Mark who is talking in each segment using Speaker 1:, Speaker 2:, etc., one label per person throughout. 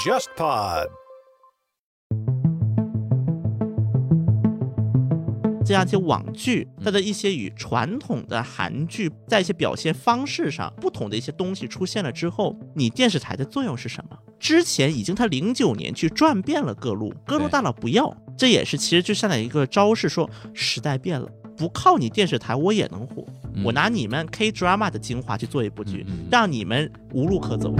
Speaker 1: JustPod.
Speaker 2: 这样一些网剧，
Speaker 3: 嗯
Speaker 2: 它的一些与传统的韩剧在一些表现方式上不同的一些东西出现了之后，你电视台的作用是什么？之前已经他零九年去转遍了各路，各路
Speaker 3: 对
Speaker 2: 大佬不要，这也是其实就现在一个招式说，时代变了。不靠你电视台，我也能火。我拿你们 K drama 的精华去做一部剧，
Speaker 3: 嗯嗯嗯嗯
Speaker 2: 让你们无路可走。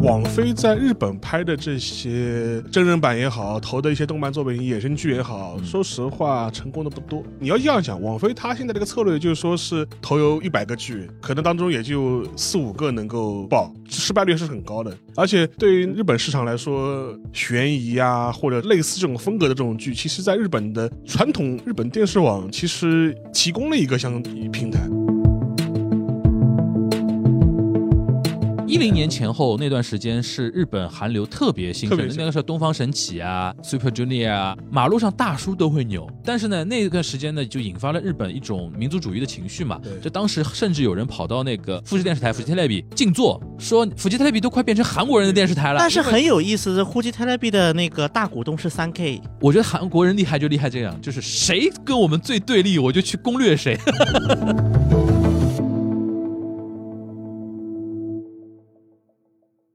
Speaker 4: 网飞在日本拍的这些真人版也好，投的一些动漫作品、衍生剧也好，说实话成功的不多。你要这样想，网飞它现在这个策略就是说是投有一百个剧，可能当中也就四五个能够爆，失败率是很高的。而且对于日本市场来说，悬疑啊或者类似这种风格的这种剧，其实在日本的传统日本电视网其实提供了一个相应平台。
Speaker 3: 一零年前后那段时间是日本韩流特别兴盛
Speaker 4: 特
Speaker 3: 的，
Speaker 4: 别兴
Speaker 3: 那个时候东方神起啊、Super Junior 啊，马路上大叔都会扭。但是呢，那段时间呢，就引发了日本一种民族主义的情绪嘛
Speaker 4: 对。
Speaker 3: 就当时甚至有人跑到那个富士电视台、富士 t e l 静坐，说富士 t e l 都快变成韩国人的电视台了。
Speaker 2: 但是
Speaker 3: 因为
Speaker 2: 很有意思的，呼机 t e l e b 的那个大股东是三 K，
Speaker 3: 我觉得韩国人厉害就厉害这样，就是谁跟我们最对立，我就去攻 略谁。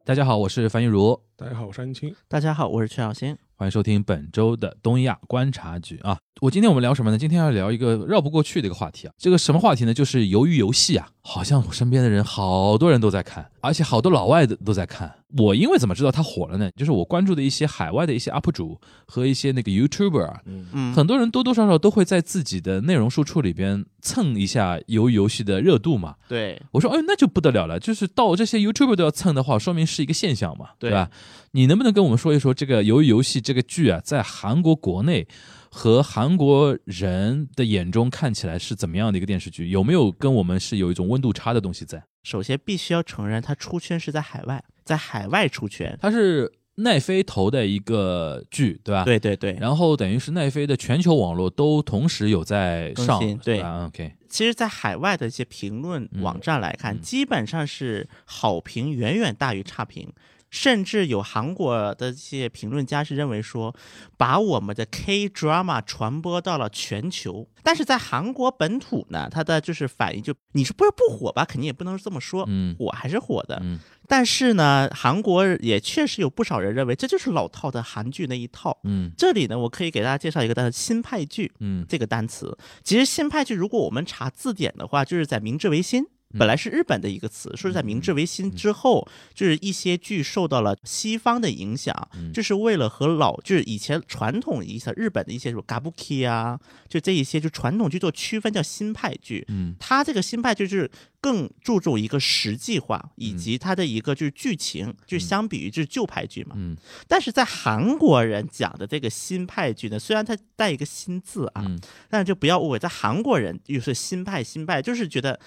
Speaker 3: 大家好，我是樊玉茹，
Speaker 4: 大家好，我是安青。
Speaker 2: 大家好，我是曲小新。
Speaker 3: 欢迎收听本周的东亚观察局啊！我今天我们聊什么呢？今天要聊一个绕不过去的一个话题啊！这个什么话题呢？就是鱿鱼游戏啊！好像我身边的人好多人都在看，而且好多老外的都在看。我因为怎么知道它火了呢？就是我关注的一些海外的一些 UP 主和一些那个 YouTuber 啊，
Speaker 2: 嗯，
Speaker 3: 很多人多多少少都会在自己的内容输出里边蹭一下鱿鱼游戏的热度嘛。
Speaker 2: 对，
Speaker 3: 我说，哎，那就不得了了，就是到这些 YouTuber 都要蹭的话，说明是一个现象嘛，
Speaker 2: 对
Speaker 3: 对吧？你能不能跟我们说一说这个《鱿鱼游戏》这个剧啊，在韩国国内和韩国人的眼中看起来是怎么样的一个电视剧？有没有跟我们是有一种温度差的东西在？
Speaker 2: 首先必须要承认，他出圈是在海外，在海外出圈。
Speaker 3: 它是奈飞投的一个剧，对吧？。
Speaker 2: 对对对，
Speaker 3: 然后等于是奈飞的全球网络都同时有在
Speaker 2: 更
Speaker 3: 上，
Speaker 2: 新对
Speaker 3: 吧嗯，OK，
Speaker 2: 其实，在海外的一些评论
Speaker 3: 嗯
Speaker 2: 网站来看，
Speaker 3: 嗯
Speaker 2: 基本上是好评远远大于差评，甚至有韩国的一些评论家是认为说，把我们的 K drama 传播到了全球。但是在韩国本土呢，它的就是反应就你是不是不火吧？肯定也不能这么说，
Speaker 3: 嗯
Speaker 2: 火还是火的。
Speaker 3: 嗯
Speaker 2: 但是呢，韩国也确实有不少人认为这就是老套的韩剧那一套。
Speaker 3: 嗯
Speaker 2: 这里呢，我可以给大家介绍一个单词“新派剧”
Speaker 3: 嗯
Speaker 2: 这个单词。其实“新派剧”如果我们查字典的话，就是在明治维新。本来是日本的一个词，说是在明治维新之后，就是一些剧受到了西方的影响，就是为了和老就是以前传统一些日本的一些什么 gabuki 啊，就这一些就传统剧做区分叫新派剧。
Speaker 3: 嗯
Speaker 2: 它这个新派就是更注重一个实际化，
Speaker 3: 嗯
Speaker 2: 以及它的一个就是剧情，就相比于就是旧派剧嘛。
Speaker 3: 嗯
Speaker 2: 但是在韩国人讲的这个新派剧呢，虽然它带一个“新”字啊，
Speaker 3: 嗯
Speaker 2: 但是就不要误会，在韩国人又是新派新派，就是觉得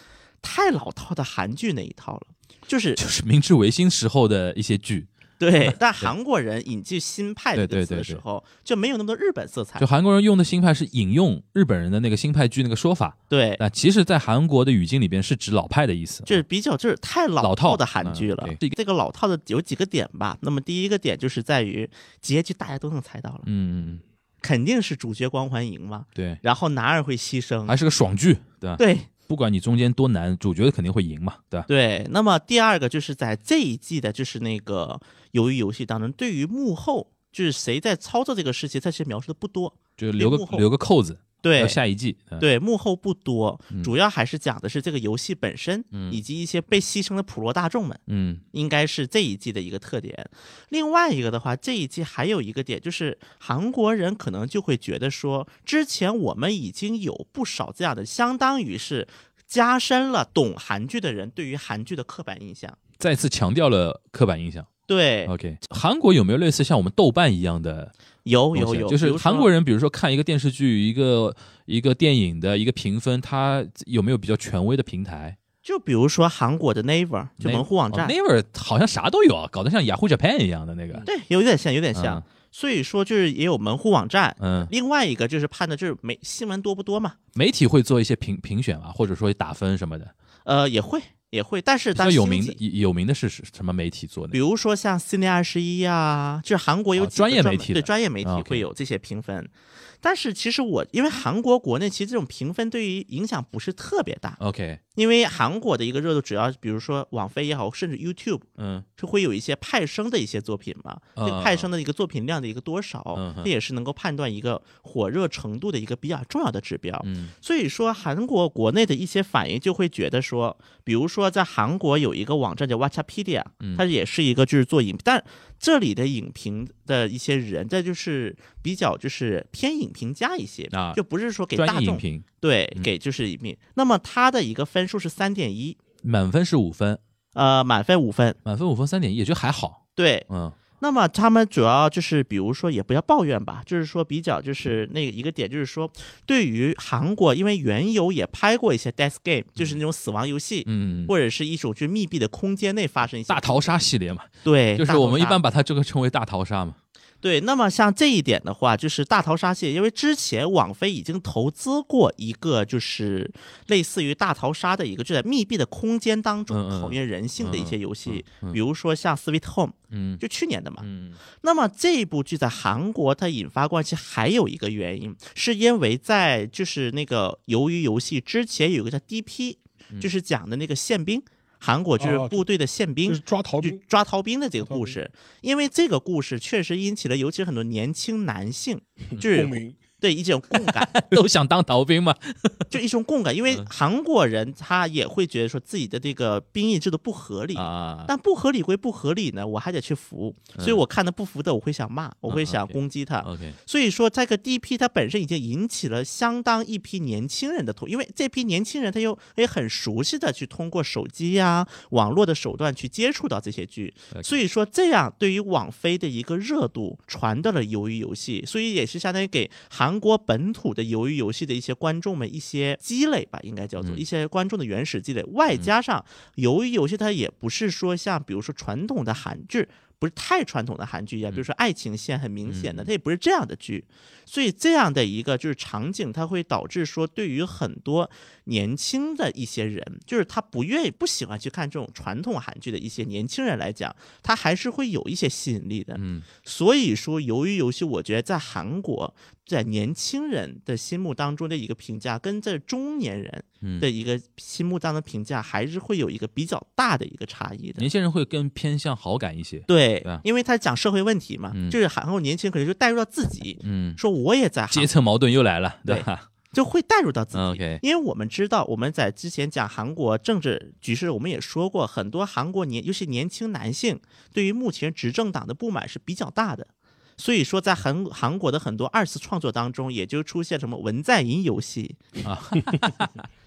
Speaker 2: 太老套的韩剧那一套了。就是
Speaker 3: 就是明治维新时候的一些剧，
Speaker 2: 对，但韩国人引进新派这
Speaker 3: 对
Speaker 2: 个
Speaker 3: 对
Speaker 2: 词的
Speaker 3: 对
Speaker 2: 时
Speaker 3: 对
Speaker 2: 候，就没有那么多日本色彩
Speaker 3: 就。韩国人用的新派是引用日本人的那个新派剧那个说法，
Speaker 2: 对，
Speaker 3: 那其实，在韩国的语境里边是指老派的意思。
Speaker 2: 就是比较就是太
Speaker 3: 老套
Speaker 2: 的韩剧了
Speaker 3: 嗯。
Speaker 2: 这个这个老套的有几个点吧？那么第一个点就是在于结局大家都能猜到了，
Speaker 3: 嗯嗯，嗯
Speaker 2: 肯定是主角光环赢嘛，
Speaker 3: 对，
Speaker 2: 然后男二会牺牲
Speaker 3: 啊还。是个爽剧，对吧？
Speaker 2: 对
Speaker 3: 不管你中间多难，主角肯定会赢嘛，对吧？
Speaker 2: 对，那么第二个就是在这一季的，就是那个《鱿鱼游戏》当中，对于幕后就是谁在操作这个事情，它其实描述的不多。
Speaker 3: 就留
Speaker 2: 幕
Speaker 3: 个
Speaker 2: 后
Speaker 3: 留个扣子，
Speaker 2: 对
Speaker 3: 到，下一季。嗯，
Speaker 2: 对，幕后不多，主要还是讲的是这个游戏本身，
Speaker 3: 嗯
Speaker 2: 以及一些被牺牲的普罗大众们，
Speaker 3: 嗯
Speaker 2: 应该是这一季的一个特点。另外一个的话，这一季还有一个点就是，韩国人可能就会觉得说，之前我们已经有不少这样的，相当于是加深了懂韩剧的人对于韩剧的刻板印象。
Speaker 3: 再次强调了刻板印象。
Speaker 2: 对，
Speaker 3: OK，韩国有没有类似像我们豆瓣一样的
Speaker 2: 有
Speaker 3: 东
Speaker 2: 有
Speaker 3: 西
Speaker 2: 有，
Speaker 3: 就是韩国
Speaker 2: 人
Speaker 3: 人，比如说看一个电视剧、一个一个电影的一个评分，它有没有比较权威的平台？
Speaker 2: 就比如说韩国的 Naver
Speaker 3: 哦
Speaker 2: 就门户网站，
Speaker 3: n a v e r 好像啥都有啊，搞得像雅虎 Japan 一样的那个。
Speaker 2: 对，有点像，有点
Speaker 3: 嗯
Speaker 2: 像。所以说就是也有门户网站。
Speaker 3: 嗯，
Speaker 2: 另外一个就是判的就是媒新闻多不多嘛，
Speaker 3: 媒体会做一些评评选嘛，或者说打分什么的。
Speaker 2: 呃，也会也会，但是
Speaker 3: 比
Speaker 2: 当
Speaker 3: 较有
Speaker 2: 新
Speaker 3: 名
Speaker 2: 闻
Speaker 3: 的有名的是是什么媒体做
Speaker 2: 比
Speaker 3: 的？
Speaker 2: 如说像 Cine 二十一啊，就是韩国有
Speaker 3: 哦
Speaker 2: 几个
Speaker 3: 专业
Speaker 2: 门
Speaker 3: 媒体的
Speaker 2: 对专业媒体
Speaker 3: 啊，OK
Speaker 2: 会有这些评分。但是其实我因为韩国国内其实这种评分对于影响不是特别大，
Speaker 3: OK，
Speaker 2: 因为韩国的一个热度主要比如说网飞也好，甚至 YouTube
Speaker 3: 嗯
Speaker 2: 是会有一些派生的一些作品嘛，
Speaker 3: 嗯
Speaker 2: 这个派生的一个作品量的一个多少
Speaker 3: 嗯，哼
Speaker 2: 这也是能够判断一个火热程度的一个比较重要的指标。
Speaker 3: 嗯
Speaker 2: 所以说，韩国国内的一些反应就会觉得说，比如说在韩国有一个网站叫 Watchapedia，它
Speaker 3: 嗯
Speaker 2: 也是一个就是做影，但这里的影评的一些人，这就是比较就是偏影评家一些
Speaker 3: 啊，
Speaker 2: 就不是说给大
Speaker 3: 专业影
Speaker 2: 众
Speaker 3: 评嗯
Speaker 2: 对给就是影评。那么它的一个分数是三点一，
Speaker 3: 满分是五分，
Speaker 2: 呃，满分五分。
Speaker 3: 满分五分三点一，也就还好。
Speaker 2: 对，
Speaker 3: 嗯
Speaker 2: 那么他们主要就是，比如说也不要抱怨吧，就是说比较就是
Speaker 3: 嗯
Speaker 2: 那一个点，就是说对于韩国，因为原有也拍过一些 death game，就是那种死亡游戏，
Speaker 3: 嗯，
Speaker 2: 或者是一种就密闭的空间内发生一些
Speaker 3: 大逃杀系列嘛，
Speaker 2: 对，
Speaker 3: 就是
Speaker 2: 大逃
Speaker 3: 我们一
Speaker 2: 杀
Speaker 3: 般把它这个称为大逃杀嘛。
Speaker 2: 对。那么像这一点的话，就是大逃杀系列，因为之前网飞已经投资过一个就是类似于大逃杀的一个，就在密闭的空间当
Speaker 3: 嗯
Speaker 2: 中
Speaker 3: 嗯
Speaker 2: 考验人性的一些游戏，
Speaker 3: 嗯嗯
Speaker 2: 比如说像 Sweet Home，
Speaker 3: 嗯
Speaker 2: 就去年的嘛，
Speaker 3: 嗯
Speaker 2: 那么这部剧在韩国它引发关系还有一个原因，是因为在就是那个《鱿鱼游戏》之前有一个叫 DP，就是讲的那个宪兵，韩国就是
Speaker 4: 嗯哦
Speaker 2: 部队的宪兵
Speaker 4: 就是。抓逃
Speaker 2: 就
Speaker 4: 兵，
Speaker 2: 抓逃兵的这个
Speaker 4: 抓逃兵
Speaker 2: 故事，因为这个故事确实引起了，尤其是很多年轻男 性，就
Speaker 4: 共
Speaker 2: 是
Speaker 4: 鸣。
Speaker 2: 对一种共 感，
Speaker 3: 都想当 逃兵嘛。
Speaker 2: 就一种共感。因为
Speaker 4: 嗯
Speaker 2: 韩国人他也会觉得说自己的这个兵役制度不合理，
Speaker 3: 啊，嗯
Speaker 2: 但不合理归不合理呢，我还得去服，所以
Speaker 4: 嗯
Speaker 2: 我看到不服的，我会想骂，我
Speaker 4: 啊
Speaker 2: 会想
Speaker 3: OK
Speaker 2: 攻击他。
Speaker 3: OK，
Speaker 2: 所以说，这个 DP 它本身已经引起了相当一批年轻人的投，因为这批年轻人他又也很熟悉的去通过手机呀、网络的手段去接触到这些剧，
Speaker 3: OK
Speaker 2: 所以说这样对于网飞的一个热度传到了鱿鱼游戏，所以也是相当于给韩国本土的鱿鱼游戏的一些观众们一些积累吧，应该叫做
Speaker 3: 嗯
Speaker 2: 一些观众的原始积累，外加上鱿鱼游戏它也不是说像比如说传统的韩剧。不是太传统的韩剧一
Speaker 3: 嗯
Speaker 2: 样，比如说爱情线很明显的，它也不是这样的剧，所以这样的一个就是场景，它会导致说，对于很多年轻的一些人，就是他不愿意、不喜欢去看这种传统韩剧的一些年轻人来讲，他还是会有一些吸引力的。
Speaker 3: 嗯，
Speaker 2: 所以说，由于游戏，我觉得在韩国，在年轻人的心目当中的一个评价，跟在中年
Speaker 3: 嗯
Speaker 2: 人的一个心目当中的评价，还是会有一个比较大的一个差异的。
Speaker 3: 年轻人会更偏向好感一些。
Speaker 2: 对
Speaker 3: 嗯对啊，
Speaker 2: 因为他讲社会问题嘛，
Speaker 3: 嗯
Speaker 2: 就是韩国年轻人可能就带入到自己，
Speaker 3: 嗯，
Speaker 2: 说我也在韩
Speaker 3: 阶层矛盾又来了，对吧？
Speaker 2: 就会带入到自己。
Speaker 3: 嗯，OK
Speaker 2: 因为我们知道，我们在之前讲韩国政治局势，我们也说过，很多韩国年，尤其年轻男性，对于目前执政党的不满是比较大的。所以说，在韩韩国的很多二次创作当中，也就出现什么文在寅游戏
Speaker 3: 啊，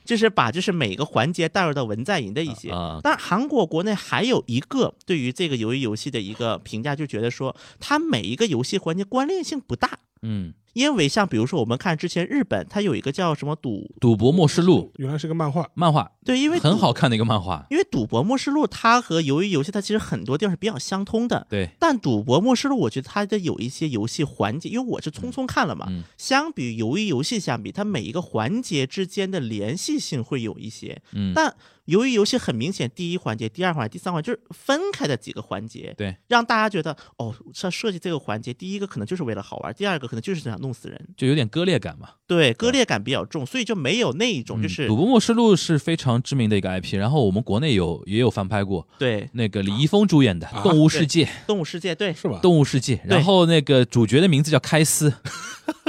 Speaker 2: 就是把就是每个环节带入到文在寅的一些。
Speaker 3: 啊，
Speaker 2: 但韩国国内还有一个对于这个鱿鱼游戏的一个评价，就觉得说它每一个游戏环节关联性不大，
Speaker 3: 嗯，
Speaker 2: 因为像比如说我们看之前日本，它有一个叫什么赌
Speaker 3: 《赌博默示录》
Speaker 4: 原来是个漫画，
Speaker 3: 漫画
Speaker 2: 对，因为
Speaker 3: 很
Speaker 2: 赌
Speaker 3: 好，看的一个漫画，
Speaker 2: 因为《赌博默示录》它和《鱿鱼游戏》它其实很多地方是比较相通的。
Speaker 3: 对，
Speaker 2: 但《赌博默示录》，我觉得它的有一些游戏环节，因为我是匆匆看了嘛，
Speaker 3: 嗯
Speaker 2: 相比于《鱿鱼游戏》相比，它每一个环节之间的联系性会有一些。
Speaker 3: 嗯，
Speaker 2: 但《鱿鱼游戏》很明显，第一环节、第二环节、第三环节就是分开的几个环节，
Speaker 3: 对，
Speaker 2: 让大家觉得哦，它设计这个环节，第一个可能就是为了好玩，第二个可能就是想弄死人，
Speaker 3: 就有点割裂感嘛。
Speaker 2: 对，割裂感比较重，所以就没有那一种
Speaker 3: 嗯
Speaker 2: 就是、
Speaker 3: 赌博默示录》是非常知名的一个 IP，然后我们国内有也有翻拍过，
Speaker 2: 对
Speaker 3: 那个李易峰主演的《动物世界》
Speaker 2: 动物世界，啊对
Speaker 4: 是吧？
Speaker 3: 动物世界，然后那个主角的名字叫 开司，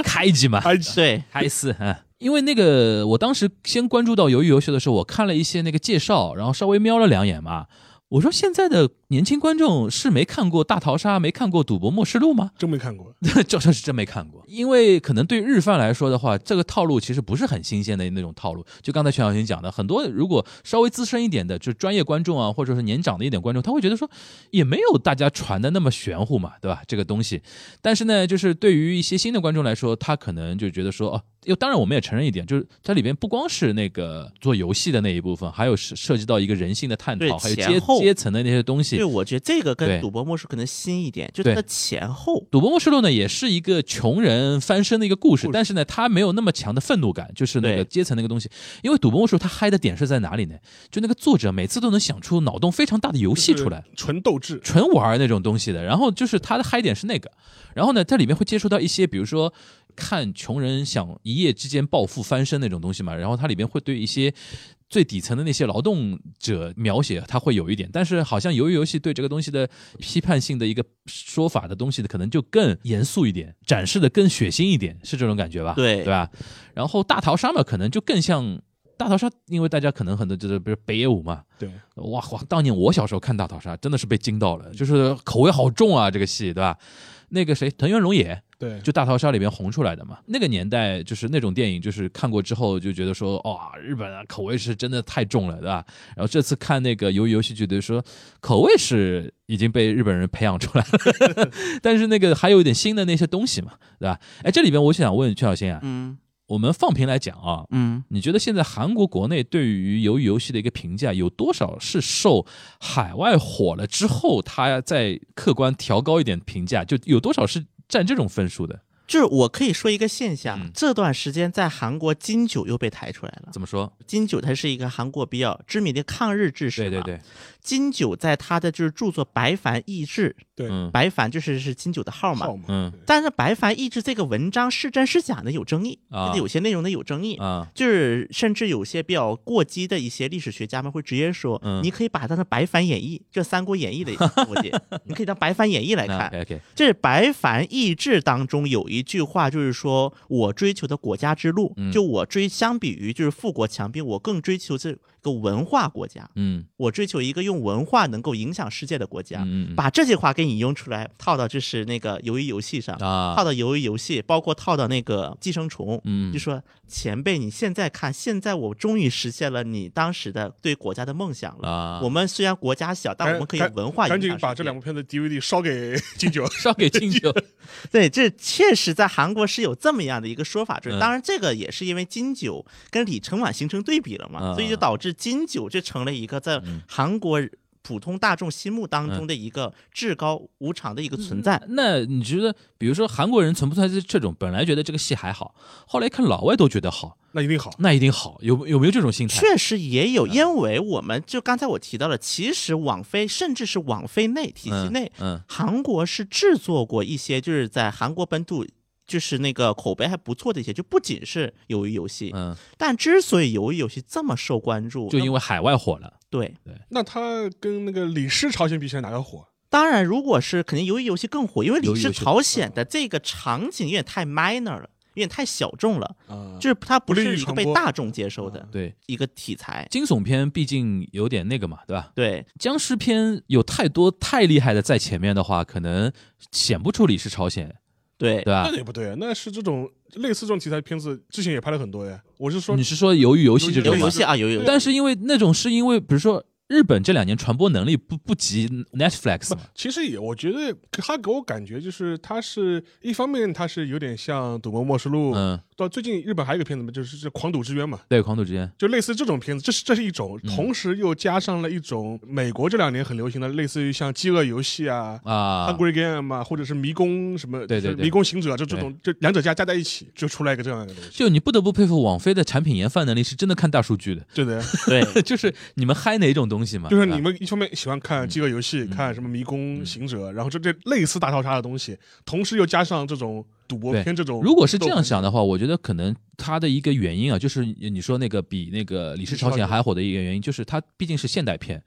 Speaker 3: 开吉嘛，
Speaker 4: 埃及
Speaker 2: 对，
Speaker 3: 开司，嗯。因为那个，我当时先关注到鱿鱼游戏的时候，我看了一些那个介绍，然后稍微瞄了两眼嘛。我说现在的年轻观众是没看过《大逃杀》，没看过《赌博默示录》吗？
Speaker 4: 真没看过，
Speaker 3: 这这是真没看过，因为可能对日饭来说的话，这个套路其实不是很新鲜的那种套路。就刚才全小新讲的，很多如果稍微资深一点的，就专业观众啊，或者是年长的一点观众，他会觉得说，也没有大家传的那么玄乎嘛，对吧？这个东西，但是呢，就是对于一些新的观众来说，他可能就觉得说，哦，又当然我们也承认一点，就是它里边不光是那个做游戏的那一部分，还有涉涉及到一个人性的探
Speaker 2: 对
Speaker 3: 讨，还有
Speaker 2: 前
Speaker 3: 阶
Speaker 2: 后
Speaker 3: 阶层的那些东西，
Speaker 2: 对，我觉得这个
Speaker 3: 对
Speaker 2: 跟赌博默示录可能新一点，就
Speaker 3: 对
Speaker 2: 它的前后
Speaker 3: 赌博默示录》呢，也是一个穷人翻身的一个故事，但是呢，他没有那么强的愤怒感，就是那个
Speaker 2: 对
Speaker 3: 阶层那个东西。因为赌博默示录》他嗨的点是在哪里呢？就那个作者每次都能想出脑洞非常大的游戏出来，，
Speaker 4: 纯斗志，
Speaker 3: 纯玩儿那种东西的。然后就是他的嗨点是那个，然后呢，它里面会接触到一些，比如说看穷人想一夜之间暴富翻身那种东西嘛。然后它里面会对一些最底层的那些劳动者描写，它会有一点，但是好像由于游戏对这个东西的批判性的一个说法的东西，可能就更严肃一点，展示的更血腥一点，是这种感觉吧？
Speaker 2: 对
Speaker 3: 对吧？然后大逃杀嘛，可能就更像。大逃杀，因为大家可能很多就是比如北野武嘛，
Speaker 4: 对，
Speaker 3: 哇哇！当年我小时候看《大逃杀》，真的是被惊到了，就是口味好重啊，这个戏，对吧？那个谁，藤原龙也，
Speaker 4: 对，
Speaker 3: 就《大逃杀》里面红出来的嘛。那个年代就是那种电影，就是看过之后就觉得说，哇、日本啊，口味是真的太重了，对吧？然后这次看那个《鱿鱼游戏》，觉得说口味是已经被日本人培养出来了， 但是那个还有一点新的那些东西嘛，对吧？哎，这里边我想问曲小新啊，
Speaker 2: 嗯
Speaker 3: 我们放平来讲啊，
Speaker 2: 嗯，
Speaker 3: 你觉得现在韩国国内对于鱿鱼游戏的一个评价，有多少是受海外火了之后，它再客观调高一点评价，就有多少是占这种分数的？
Speaker 2: 就是我可以说一个现象，
Speaker 3: 嗯
Speaker 2: 这段时间在韩国金九又被抬出来了。
Speaker 3: 怎么说？
Speaker 2: 金九它是一个韩国比较知名的抗日志士，
Speaker 3: 对对。对，
Speaker 2: 金九在他的就是著作《白帆意志》，
Speaker 4: 对
Speaker 3: 嗯
Speaker 2: 白帆就是是金九的号嘛
Speaker 4: 号。码，
Speaker 3: 嗯
Speaker 2: 但是《白帆意志》这个文章是真是假呢？有争议，
Speaker 3: 啊
Speaker 2: 它的有些内容呢有争议。
Speaker 3: 啊，
Speaker 2: 就是甚至有些比较过激的一些历史学家们会直接说，
Speaker 3: 嗯
Speaker 2: 你可以把它当成《白帆演义》，就《三国演义》 的逻辑，你可以当《白帆演义》来看。
Speaker 3: 哎 OK OK，
Speaker 2: 这《白帆意志》当中有一句话，就是说我追求的国家之路，
Speaker 3: 嗯
Speaker 2: 就我追相比于就是富国强兵，我更追求这个文化国家，
Speaker 3: 嗯
Speaker 2: 我追求一个用文化能够影响世界的国家。
Speaker 3: 嗯嗯
Speaker 2: 啊把这些话给引用出来，套到就是那个鱿鱼游戏上，
Speaker 3: 嗯啊
Speaker 2: 套，到鱿鱼游戏，包括套到那个寄生虫，
Speaker 3: 嗯
Speaker 2: 就说前辈，你现在看，现在我终于实现了你当时的对国家的梦想了。
Speaker 3: 啊，。
Speaker 2: 我们虽然国家小，但我们可以文化
Speaker 4: 赶
Speaker 2: 影
Speaker 4: 紧
Speaker 2: 响
Speaker 4: 把
Speaker 2: 世
Speaker 4: 这
Speaker 2: 界。
Speaker 4: 两部片子 DVD 烧给 金九
Speaker 3: 烧给金九，
Speaker 2: 对，这确实在韩国是有这么样的一个说法出来。
Speaker 3: 嗯
Speaker 2: 当然，这个也是因为金九跟李承晚形成对比了嘛，
Speaker 3: 嗯
Speaker 2: 所以就导致金九就成了一个在韩国普通大众心目当
Speaker 3: 嗯
Speaker 2: 中的一个至高无上的一个存在。
Speaker 3: 那你觉得，比如说韩国人存不存在这种本来觉得这个戏还好，后来一看老外都觉得好，
Speaker 4: 那一定好，
Speaker 3: 那一定好，有有没有这种心态？
Speaker 2: 确实也
Speaker 3: 嗯
Speaker 2: 有，因为我们就刚才我提到了，其实网飞甚至是网飞内体系
Speaker 3: 嗯
Speaker 2: 内，
Speaker 3: 嗯
Speaker 2: 韩国是制作过一些就是在韩国本土。就是那个口碑还不错的一些，就不仅是鱿鱼游戏，
Speaker 3: 嗯，
Speaker 2: 但之所以鱿鱼游戏这么受关注，
Speaker 3: 就因为海外火了，
Speaker 2: 对，
Speaker 4: 那他跟那个李氏朝鲜比起来哪个火？
Speaker 2: 当然如果是肯定鱿鱼游戏更火，因为
Speaker 3: 鱿
Speaker 2: 你
Speaker 3: 鱼
Speaker 2: 是
Speaker 3: 游戏
Speaker 2: 朝鲜的这个场景有点太 minor 了，有点太小众了，
Speaker 4: 啊
Speaker 3: 嗯
Speaker 2: 就是它不
Speaker 4: 不利
Speaker 2: 是
Speaker 4: 于
Speaker 2: 一个
Speaker 4: 传
Speaker 2: 被
Speaker 4: 播
Speaker 2: 大众接受的
Speaker 3: 对。
Speaker 2: 一个题材。
Speaker 3: 惊悚片毕竟有点那个嘛，对吧？
Speaker 2: 对，
Speaker 3: 僵尸片有太多太厉害的在前面的话，可能显不出李氏朝鲜，
Speaker 2: 对
Speaker 3: 对，吧
Speaker 4: 那？也不对，啊那是这种类似这种题材的片子，之前也拍了很多呀。我是说
Speaker 2: 嗯
Speaker 3: 你，是说鱿鱼游戏这
Speaker 2: 鱿
Speaker 3: 种
Speaker 2: 鱼
Speaker 3: 吗
Speaker 2: 游？戏啊，鱿鱼游戏，
Speaker 3: 但是因为那种是因为，比如说日本这两年传播能力不不及 Netflix 嘛，
Speaker 4: 其实也，我觉得他给我感觉就是，他是一方面他是有点像《赌博默示录》，
Speaker 3: 嗯，
Speaker 4: 到最近日本还有一个片子嘛，就是《这狂赌之渊》嘛，
Speaker 3: 对，狂赌之间，
Speaker 4: 就类似这种片子，这是这是一种，
Speaker 3: 嗯
Speaker 4: 同时又加上了一种美国这两年很流行的，类似于像《饥饿游戏》啊。
Speaker 3: 啊，
Speaker 4: Hungry Game 啊，或者是迷宫什么，
Speaker 3: 对对
Speaker 4: 就是
Speaker 3: 对
Speaker 4: 迷宫行者，就这种，就两者加加在一起，就出来一个这样的东西，
Speaker 3: 就你不得不佩服网飞的产品研发能力，是真的看大数据的，
Speaker 4: 对的。
Speaker 2: 对，
Speaker 3: 就是你们嗨哪种东西嘛，
Speaker 4: 就是
Speaker 3: 对吧
Speaker 4: 你们一方面喜欢
Speaker 3: 嗯
Speaker 4: 看饥饿游戏，看什么迷宫行者，然后这这类似大逃杀的东西，同时又加上这种赌博
Speaker 3: 对
Speaker 4: 片
Speaker 2: 哦
Speaker 4: 这种，
Speaker 3: 如果是这样想的话，我觉得可能它的一个原因啊，就是你说那个比那个《李氏朝鲜》还火的一个原因，就是它毕竟是现代片，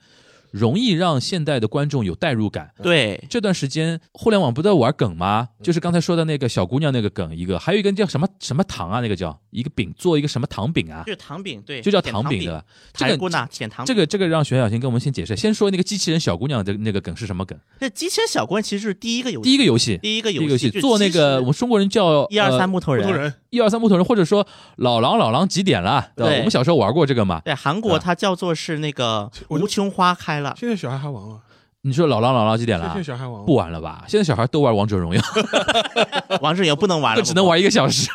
Speaker 3: 容易让现代的观众有代入感。
Speaker 2: 对，
Speaker 3: 这段时间互联网不在玩梗吗？就是刚才说的那个小姑娘那个梗，一个，还有一个叫什么什么糖啊，那个叫一个饼，做一个什么糖饼啊
Speaker 2: 就，是糖饼，对，
Speaker 3: 就叫
Speaker 2: 舔
Speaker 3: 糖
Speaker 2: 糖
Speaker 3: 饼对吧？这
Speaker 2: 排骨
Speaker 3: 个
Speaker 2: 呢，舔糖
Speaker 3: 这
Speaker 2: 饼。
Speaker 3: 个这个让玄小新跟我们先解释，先说那个机器人小姑娘的那个梗是什么梗？
Speaker 2: 这机器人小关其实就是第一个游戏，
Speaker 3: 第一个游戏，
Speaker 2: 第一个
Speaker 3: 第
Speaker 2: 游
Speaker 3: 一个游戏
Speaker 2: 就是
Speaker 3: 做那个我
Speaker 2: 其实
Speaker 3: 们中国人叫
Speaker 2: 一二
Speaker 3: 呃
Speaker 2: 三木头
Speaker 4: 普
Speaker 2: 人。
Speaker 4: 通人
Speaker 3: 一二三木头人，或者说老狼老狼几点了？对吧
Speaker 2: 对
Speaker 3: 我们小时候玩过这个嘛。
Speaker 2: 对，韩国它叫做是那个
Speaker 4: 我就
Speaker 2: 无穷花开了，
Speaker 4: 现在小孩还玩啊，
Speaker 3: 你说老狼老狼几点
Speaker 4: 现
Speaker 3: 了
Speaker 4: 在？ 小孩还玩啊
Speaker 3: 不，玩了吧？现在小孩都玩王者荣耀，
Speaker 2: 王者也不能 玩了，
Speaker 3: 只能。玩一 个小时。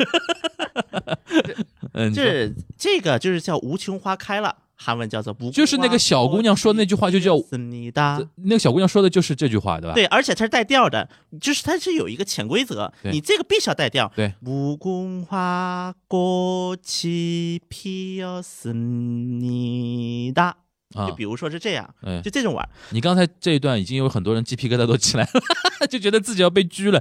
Speaker 3: 嗯，你
Speaker 2: 就
Speaker 3: 说
Speaker 2: 是这个就是叫无穷花开了。韩文叫做不，
Speaker 3: 就是那个小姑娘说那句话就叫
Speaker 2: 思密达。
Speaker 3: 那个小姑娘说的就是这句话，对吧？
Speaker 2: 对，而且它是带调的，就是它是有一个潜规则，
Speaker 3: 对
Speaker 2: 你这个必须要带调。
Speaker 3: 对，
Speaker 2: 무궁화꽃이피었습니다。
Speaker 3: 啊
Speaker 2: 就，比如说是这样，
Speaker 3: 哎
Speaker 2: 就这种玩儿。
Speaker 3: 你刚才这一段已经有很多人鸡皮疙瘩都起来了， 就觉得自己要被拘了。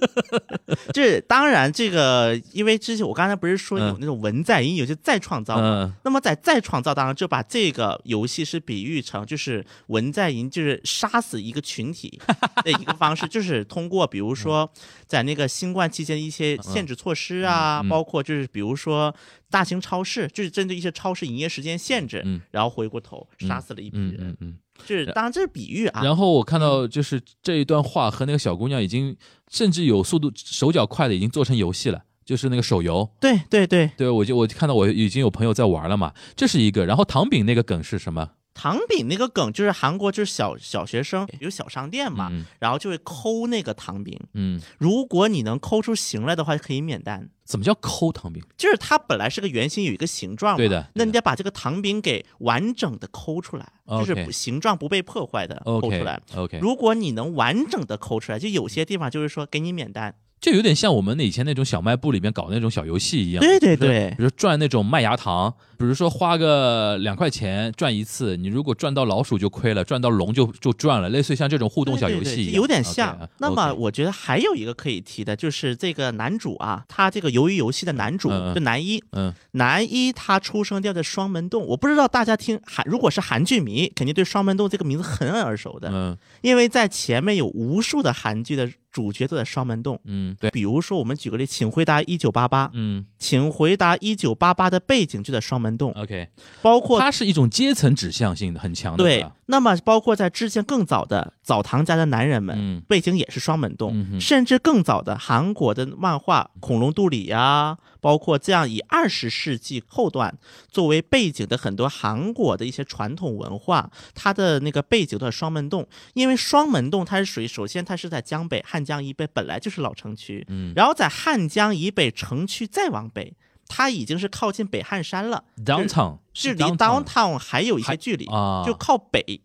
Speaker 2: 这当然，这个因为之前我刚才不是说
Speaker 3: 嗯
Speaker 2: 有那种文在寅，有些再创造嘛。
Speaker 3: 嗯，
Speaker 2: 那么在再创造当中，就把这个游戏是比喻成就是文在寅就是杀死一个群 体的一个方式，就是通过比如说
Speaker 3: 嗯
Speaker 2: 在那个新冠期间一些限制措施啊，
Speaker 3: 嗯嗯
Speaker 2: 包括就是比如说大型超市，就是针对一些超市营业时间限制，
Speaker 3: 嗯
Speaker 2: 然后回过头杀死了一批
Speaker 3: 嗯
Speaker 2: 人，
Speaker 3: 嗯嗯。
Speaker 2: 就是当然这是比喻啊。
Speaker 3: 然后我看到就是这一段话和那个小姑娘已经，甚至有速度手脚快的已经做成游戏了，就是那个手游。
Speaker 2: 对对对，
Speaker 3: 对，我就我看到我已经有朋友在玩了嘛，这是一个。然后糖饼那个梗是什么？
Speaker 2: 糖饼那个梗就是韩国就是小小学生有小商店嘛，
Speaker 3: 嗯
Speaker 2: 然后就会抠那个糖饼，
Speaker 3: 嗯，
Speaker 2: 如果你能抠出形来的话，可以免单。
Speaker 3: 怎么叫抠糖饼？
Speaker 2: 就是它本来是个圆形，有一个形状嘛。
Speaker 3: 对的
Speaker 2: 那你得把这个糖饼给完整的抠出来，就
Speaker 3: OK
Speaker 2: 是不形状不被破坏的抠
Speaker 3: OK
Speaker 2: 出来。
Speaker 3: OK，
Speaker 2: 如果你能完整的抠出来，就有些地方就是说给你免单。
Speaker 3: 就有点像我们以前那种小卖部里面搞那种小游戏一样。
Speaker 2: 对对
Speaker 3: 比如说
Speaker 2: 对
Speaker 3: 比如说赚那种麦芽糖，比如说花个两块钱赚一次，你如果赚到老鼠就亏了，赚到龙就就赚了，类似于像这种互动小游
Speaker 2: 对对
Speaker 3: 戏
Speaker 2: 对
Speaker 3: 一样，
Speaker 2: 有点像。
Speaker 3: OK，啊
Speaker 2: 那么
Speaker 3: OK
Speaker 2: 我觉得还有一个可以提的，就是这个男主啊，他这个鱿鱼游戏的男主
Speaker 3: 嗯嗯
Speaker 2: 就男一，
Speaker 3: 嗯，
Speaker 2: 男一他出生掉在双门洞，我不知道大家听韩如果是韩剧迷，肯定对双门洞这个名字很耳熟的，
Speaker 3: 嗯
Speaker 2: 因为在前面有无数的韩剧的主角都在双门洞。
Speaker 3: 嗯，对，
Speaker 2: 比如说，我们举个例，请回答一九八八，
Speaker 3: 嗯
Speaker 2: 请回答一九八八的背景就在双门洞，
Speaker 3: ，OK，
Speaker 2: 包括
Speaker 3: 它是一种阶层指向性的很强的，
Speaker 2: 对
Speaker 3: 吧，
Speaker 2: 那么包括在之前更早的澡堂家的男人们，
Speaker 3: 嗯
Speaker 2: 背景也是双门洞，
Speaker 3: 嗯哼
Speaker 2: 甚至更早的韩国的漫画《恐龙肚里》呀，包括这样以二十世纪后段作为背景的很多韩国的一些传统文化，它的那个背景都在双门洞，因为双门洞它是属于首先它是在江北汉江以北本来就是老城区，
Speaker 3: 嗯
Speaker 2: 然后在汉江以北城区再往北，它已经是靠近北汉山了，
Speaker 3: ，downtown
Speaker 2: 是离
Speaker 3: downtown
Speaker 2: downtown 还有一些
Speaker 3: 还
Speaker 2: 距离，
Speaker 3: 啊，
Speaker 2: 就靠北。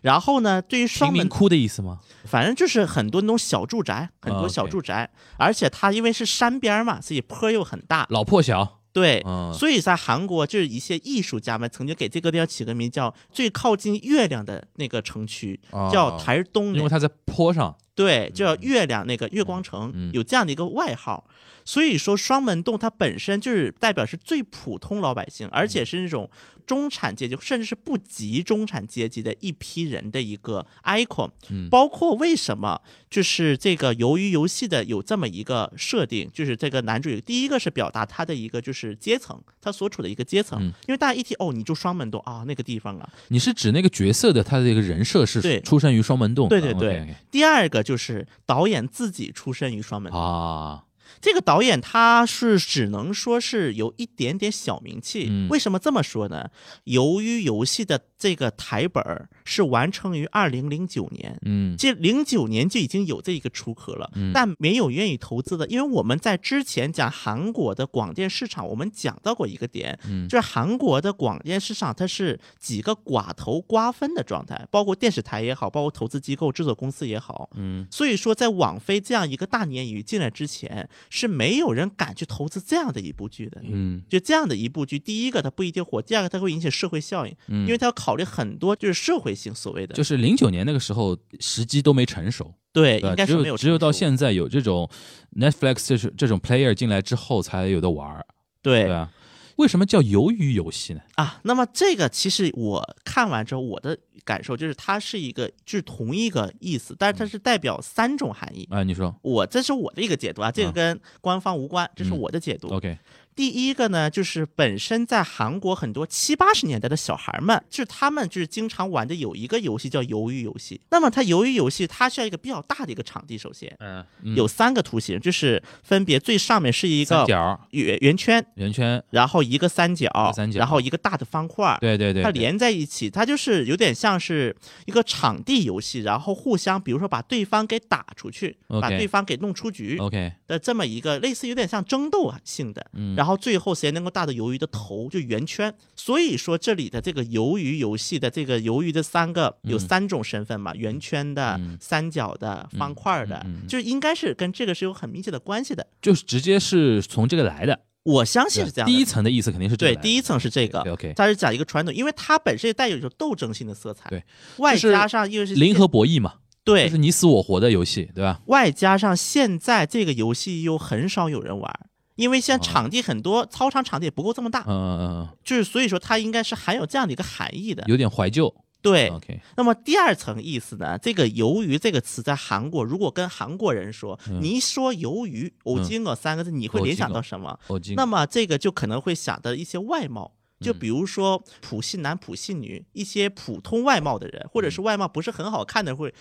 Speaker 2: 然后呢，对于
Speaker 3: 贫
Speaker 2: 双
Speaker 3: 民
Speaker 2: 门
Speaker 3: 窟的意思吗？
Speaker 2: 反正就是很多那种小住宅，很多
Speaker 3: 啊 OK
Speaker 2: 小住宅，而且它因为是山边儿嘛，所以坡又很大，
Speaker 3: 老破小，
Speaker 2: 对，
Speaker 3: 嗯
Speaker 2: 所以在韩国就是一些艺术家们曾经给这个地方起个名叫最靠近月亮的那个城区，
Speaker 3: 哦
Speaker 2: 叫台东
Speaker 3: 因为
Speaker 2: 的，
Speaker 3: 它在坡上，
Speaker 2: 对，叫月亮那个月光城，
Speaker 3: 嗯
Speaker 2: 有这样的一个外号。所以说，双门洞它本身就是代表是最普通老百姓，而
Speaker 3: 嗯
Speaker 2: 且是那种中产阶级，甚至是不及中产阶级的一批人的一个 icon。
Speaker 3: 嗯
Speaker 2: 包括为什么就是这个鱿鱼游戏的有这么一个设定，就是这个男主有第一个是表达他的一个就是阶层，他所处的一个阶层，
Speaker 3: 嗯
Speaker 2: 因为大家一提哦，你住双门洞啊、那个地方啊。
Speaker 3: 你是指那个角色的他的一个人设
Speaker 2: 对
Speaker 3: 是出生于双门洞的，
Speaker 2: 对对对
Speaker 3: OK，OK
Speaker 2: 第二个就是导演自己出身于双门洞，
Speaker 3: 啊，
Speaker 2: 这个导演他是只能说是有一点点小名气。
Speaker 3: 嗯
Speaker 2: 为什么这么说呢？由于游戏的这个台本儿是完成于二零零九年，
Speaker 3: 嗯
Speaker 2: 这零九年就已经有这一个出壳了，但没有愿意投资的，因为我们在之前讲韩国的广电市场，我们讲到过一个点，
Speaker 3: 嗯
Speaker 2: 就是韩国的广电市场它是几个寡头瓜分的状态，包括电视台也好，包括投资机构、制作公司也好，
Speaker 3: 嗯，
Speaker 2: 所以说在网飞这样一个大鲶鱼进来之前，是没有人敢去投资这样的一部剧的，
Speaker 3: 嗯
Speaker 2: 就这样的一部剧，第一个它不一定火，第二个它会引起社会效应，
Speaker 3: 嗯，
Speaker 2: 因为它要考虑很多就是社会性所谓的，
Speaker 3: 就是零九年那个时候时机都没成熟，
Speaker 2: 对，应
Speaker 3: 对吧，
Speaker 2: 该
Speaker 3: 只
Speaker 2: 是没有
Speaker 3: 有只有到
Speaker 2: 成熟
Speaker 3: 现在有这种 Netflix 这种这种 player 进来之后才有的玩儿，
Speaker 2: 对
Speaker 3: 对啊。为什么叫鱿鱼游戏呢？
Speaker 2: 啊，那么这个其实我看完之后，我的感受就是它是一个就是同一个意思，但是它是代表三种含义。
Speaker 3: 嗯啊，你说
Speaker 2: 我这是我的一个解读啊，这个
Speaker 3: 啊
Speaker 2: 跟官方无关，这是
Speaker 3: 嗯
Speaker 2: 我的解读。
Speaker 3: OK？
Speaker 2: 第一个呢，就是本身在韩国很多七八十年代的小孩们，就是他们就是经常玩的有一个游戏叫鱿鱼游戏。那么它鱿鱼游戏它需要一个比较大的一个场地，首先
Speaker 3: 嗯，
Speaker 2: 有三个图形，就是分别最上面是一
Speaker 3: 三
Speaker 2: 个
Speaker 3: 角、
Speaker 2: 圆圆圈，
Speaker 3: 圆圈，
Speaker 2: 然后一个三角，
Speaker 3: 三角
Speaker 2: 然后一个大的方块，
Speaker 3: 对对对，
Speaker 2: 它
Speaker 3: 对
Speaker 2: 连在一起，戏，它就是有点像是一个场地游戏，然后互相，比如说把对方给打出去，把
Speaker 3: OK
Speaker 2: 对方给弄出局
Speaker 3: OK，
Speaker 2: 的这么一个类似有点像争斗啊性的，
Speaker 3: 嗯
Speaker 2: 然后最后谁能够大到鱿鱼的头就圆圈。所以说这里的这个鱿鱼游戏的这个鱿鱼的三个
Speaker 3: 嗯
Speaker 2: 有三种身份嘛，圆圈的、三角的、
Speaker 3: 嗯
Speaker 2: 方块的，就是应该是跟这个是有很密切的关系的。
Speaker 3: 就是直接是从这个来的。
Speaker 2: 我相信
Speaker 3: 对
Speaker 2: 是这样的。
Speaker 3: 第一层的意思肯定是这
Speaker 2: 对，
Speaker 3: 个来的
Speaker 2: 第一层是这个
Speaker 3: OK，OK
Speaker 2: 它是讲一个传统，因为它本身也带有一种斗争性的色彩，
Speaker 3: 对，
Speaker 2: 外
Speaker 3: 就是
Speaker 2: 加上又是
Speaker 3: 零和博弈嘛，就
Speaker 2: 对
Speaker 3: 是，你死我活的游戏，对吧？
Speaker 2: 外加上现在这个游戏又很少有人玩儿，因为现在
Speaker 3: 哦
Speaker 2: 场地很多，操场场地也不够这么大，
Speaker 3: 嗯嗯嗯嗯，
Speaker 2: 就是所以说它应该是含有这样的一个含义的。
Speaker 3: 有嗯点怀旧。
Speaker 2: 对，
Speaker 3: OK，
Speaker 2: 那么第二层意思呢？这个“鱿鱼”这个词在韩国，如果跟韩国人说，
Speaker 3: 嗯
Speaker 2: 你一说“鱿鱼”“偶金额”三个字，你会联想到什么？
Speaker 3: 我今
Speaker 2: 那么这个就可能会想到一些外貌，就
Speaker 3: 嗯
Speaker 2: 比如说普信男、普信女，一些普通外貌的人，
Speaker 3: 嗯
Speaker 2: 或者是外貌不是很好看的，会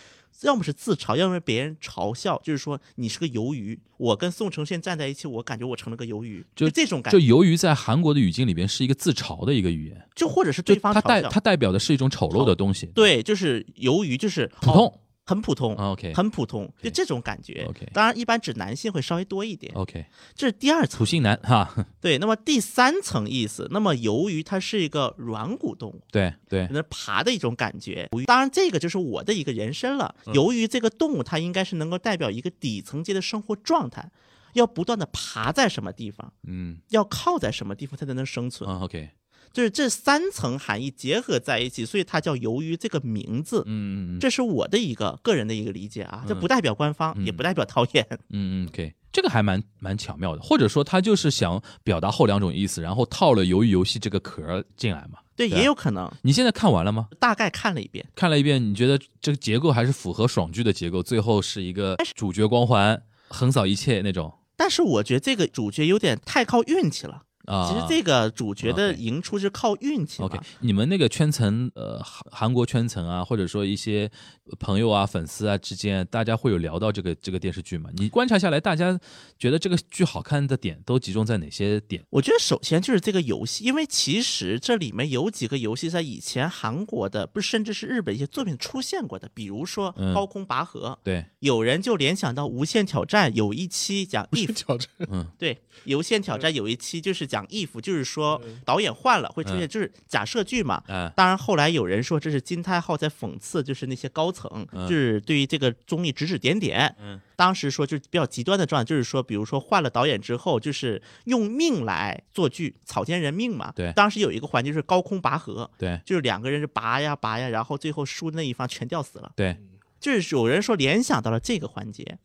Speaker 2: 要么是自嘲，要么别人嘲笑，就是说你是个鱿鱼。我跟宋承宪站在一起，我感觉我成了个鱿鱼，
Speaker 3: 就
Speaker 2: 就这种感
Speaker 3: 就
Speaker 2: 觉，
Speaker 3: 由于在韩国的语境里边是一个自嘲的一个语言，
Speaker 2: 就或者是
Speaker 3: 就
Speaker 2: 对方
Speaker 3: 它代
Speaker 2: 嘲
Speaker 3: 它
Speaker 2: 笑。
Speaker 3: 代表的是一种丑陋的东西，，
Speaker 2: 对，就是鱿鱼，就是
Speaker 3: 普
Speaker 2: 哦
Speaker 3: 通。啊
Speaker 2: 很普通
Speaker 3: OK
Speaker 2: 很普通，就这种感觉。
Speaker 3: OK
Speaker 2: 当然一般指男性会稍微多一点，
Speaker 3: OK，
Speaker 2: 这是第二层
Speaker 3: 普。信男哈，
Speaker 2: 对，那么第三层意思，那么由于它是一个软骨动物，
Speaker 3: 对对
Speaker 2: 可，能爬的一种感觉。当然，这个就是我的一个延伸了。
Speaker 3: 嗯
Speaker 2: 由于这个动物，它应该是能够代表一个底层阶的生活状态，要不断的爬在什么地方，
Speaker 3: 嗯
Speaker 2: 要靠在什么地方，它才能生存。
Speaker 3: 嗯 OK，
Speaker 2: 就是这三层含义结合在一起，所以它叫由于这个名字。
Speaker 3: 嗯嗯嗯
Speaker 2: 这是我的一个个人的一个理解啊，这不代表官方，也不代表导演。
Speaker 3: 嗯嗯 OK，这个还蛮蛮巧妙的，或者说他就是想表达后两种意思，然后套了鱿鱼游戏这个壳儿进来嘛。
Speaker 2: 对，
Speaker 3: 对啊
Speaker 2: 也有可能。
Speaker 3: 你现在看完了吗？
Speaker 2: 大概看了一遍，
Speaker 3: 看了一遍，你觉得这个结构还是符合爽剧的结构，最后是一个主角光环横扫一切那种
Speaker 2: 但是我觉得这个主角有点太靠运气了。
Speaker 3: 啊。
Speaker 2: 其实这个主角的
Speaker 3: OK
Speaker 2: 赢出是靠运气嘛。
Speaker 3: OK，你们那个圈层，呃，韩韩国圈层啊，或者说一些朋友啊、粉丝啊之间，大家会有聊到这个这个电视剧吗？你观察下来，大家觉得这个剧好看的点都集中在哪些点？
Speaker 2: 我觉得首先就是这个游戏，因为其实这里面有几个游戏在以前韩国的，不是甚至是日本一些作品出现过的，比如说
Speaker 3: 嗯
Speaker 2: 《高空拔河》
Speaker 3: 对，
Speaker 2: 有人就联想到《无限挑战》，有一期讲 if，
Speaker 4: 挑战嗯
Speaker 2: 对，《无限挑战》有一期就是讲 if，就是说导演换了会
Speaker 4: 嗯
Speaker 2: 出现，就是假设剧嘛。
Speaker 3: 嗯
Speaker 2: 当然，后来有人说这是金泰浩在讽刺，就是那些高层，就是对于这个综艺指指点点。嗯，当时说就是比较极端的状态，就是说，比如说换了导演之后，就是用命来做剧，草菅人命嘛。
Speaker 3: 对
Speaker 2: 当时有一个环节就是高空拔河，
Speaker 3: 对
Speaker 2: 就是两个人是拔呀拔呀，然后最后输那一方全吊死了。
Speaker 3: 对，
Speaker 2: 就是有人说联想到了这个环节，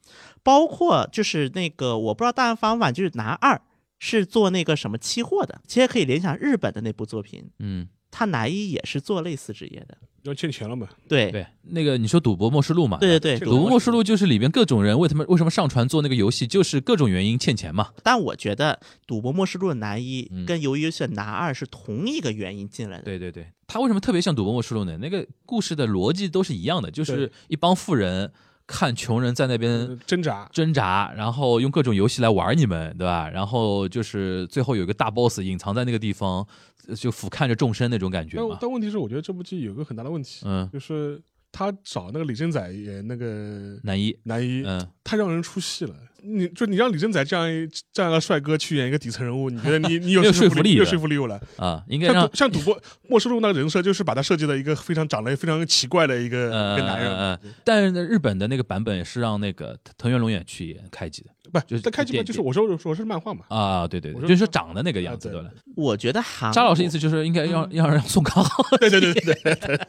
Speaker 2: 包括就是那个我不知道大案方晚就是男二是做那个什么期货的，其实可以联想日本的那部作品，
Speaker 3: 嗯，
Speaker 2: 他男一也是做类似职业的，
Speaker 4: 要欠钱了嘛？
Speaker 2: 对
Speaker 3: 对，那个你说《赌博默示录》嘛？
Speaker 2: 对
Speaker 3: 对。
Speaker 2: 对对
Speaker 4: 这个
Speaker 3: 《赌博
Speaker 4: 我
Speaker 3: 默示录》就是里边各种人为他们为什么上传做那个游戏，就是各种原因欠钱嘛。
Speaker 2: 但我觉得《赌博默示录》的男一
Speaker 4: 嗯
Speaker 2: 跟《鱿鱼游戏》的男二是同一个原因进来的，
Speaker 3: 对对对，他为什么特别像《赌博默示录》呢？那个故事的逻辑都是一样的，就是一帮富人看穷人在那边
Speaker 4: 挣扎，
Speaker 3: 挣扎，然后用各种游戏来玩你们，对吧？然后就是最后有一个大 boss 隐藏在那个地方，呃就俯瞰着众生那种感觉
Speaker 4: 但
Speaker 3: 嘛。
Speaker 4: 但问题是，我觉得这部剧有个很大的问题，
Speaker 3: 嗯，
Speaker 4: 就是他找那个李正宰演那个
Speaker 3: 男一，
Speaker 4: 男一，
Speaker 3: 嗯，
Speaker 4: 太让人出戏了。你就你让李正宰这样一这样一个帅哥去演一个底层人物，你觉得 你你有
Speaker 3: 没有
Speaker 4: 说
Speaker 3: 说服力
Speaker 4: 没有
Speaker 3: 的
Speaker 4: 说服力有了？
Speaker 3: 啊，应该
Speaker 4: 像
Speaker 3: 让
Speaker 4: 赌像赌博末世录那个人设，就是把他设计的一个非常长得非常奇怪的一个
Speaker 3: 呃
Speaker 4: 一个男人，
Speaker 3: 呃，呃但是呢，日本的那个版本是让那个藤原龙也去演开机的
Speaker 4: 不
Speaker 3: 就是
Speaker 4: 是？但开局
Speaker 3: 电
Speaker 4: 嘛，就是我说我是漫画嘛，
Speaker 3: 啊，对对对，
Speaker 4: 我说
Speaker 3: 就是长的那个样子，
Speaker 4: 啊
Speaker 3: 对
Speaker 4: 对嗯
Speaker 3: 吧？
Speaker 2: 我觉得韩
Speaker 3: 沙老师
Speaker 2: 国
Speaker 3: 意思就是应该让让让宋康昊，
Speaker 4: 对 对对对对，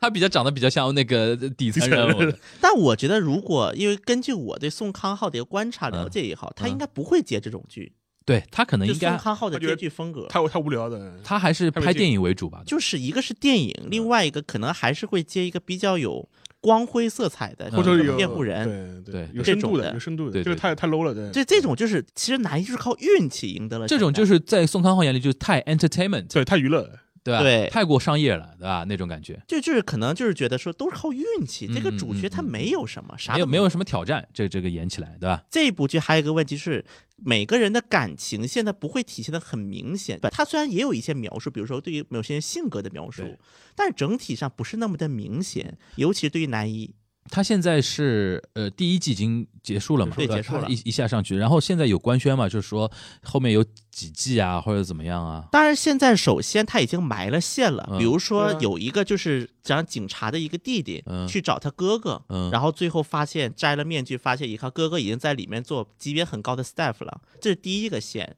Speaker 3: 他比较长得比较像那个底层人物的，
Speaker 2: 但我觉得如果因为根据我对宋康昊的一个观
Speaker 4: 嗯
Speaker 2: 察了解也好，他应该不会接这种剧，
Speaker 3: 对他可能
Speaker 2: 就
Speaker 3: 应
Speaker 2: 宋
Speaker 3: 该
Speaker 2: 康昊的
Speaker 4: 他觉得
Speaker 2: 编剧风格。
Speaker 4: 太太无聊的。
Speaker 3: 他还是拍电影为主吧。
Speaker 2: 就是一个是电影，
Speaker 4: 嗯
Speaker 2: 另外一个可能还是会接一个比较有光辉色彩的，
Speaker 3: 嗯
Speaker 4: 或者有
Speaker 2: 辩护人。
Speaker 4: 对
Speaker 3: 对
Speaker 4: 有
Speaker 2: 这
Speaker 4: 深度
Speaker 2: 种的
Speaker 4: 有深度
Speaker 3: 对
Speaker 4: 的，这个
Speaker 3: 对
Speaker 4: 太太 low 了，对。
Speaker 2: 这这种就是，其实男一就是靠运气赢得了
Speaker 3: 这种就是是在宋康昊眼里就是太 entertainment，
Speaker 4: 对，太娱乐了，
Speaker 3: 对吧？
Speaker 2: 对
Speaker 3: 太过商业了，对吧？那种感觉，
Speaker 2: 就就是可能就是觉得说都是靠运气，这个
Speaker 3: 嗯
Speaker 2: 主角他没有什么啥
Speaker 3: 没
Speaker 2: 都
Speaker 3: 有没有什么挑战，这这个演起来，对吧？
Speaker 2: 这部剧还有一个问题是，每个人的感情现在不会体现的很明显。它虽然也有一些描述，比如说对于某些人性格的描述
Speaker 3: 对，
Speaker 2: 但整体上不是那么的明显，尤其是对于男一。
Speaker 3: 他现在是呃第一季已经结束了嘛？
Speaker 2: 对
Speaker 3: 吧
Speaker 2: 结束了
Speaker 3: 他一一下上去，然后现在有官宣嘛，就是说后面有几季啊，或者怎么样啊？
Speaker 2: 当然，现在首先他已经埋了线了，
Speaker 3: 嗯
Speaker 2: 比如说
Speaker 4: 对啊
Speaker 2: 有一个就是讲警察的一个弟弟、
Speaker 3: 嗯
Speaker 2: 去找他哥哥，
Speaker 3: 嗯
Speaker 2: 然后最后发现摘了面具，发现一看哥哥已经在里面做级别很高的 staff 了，这是第一个线。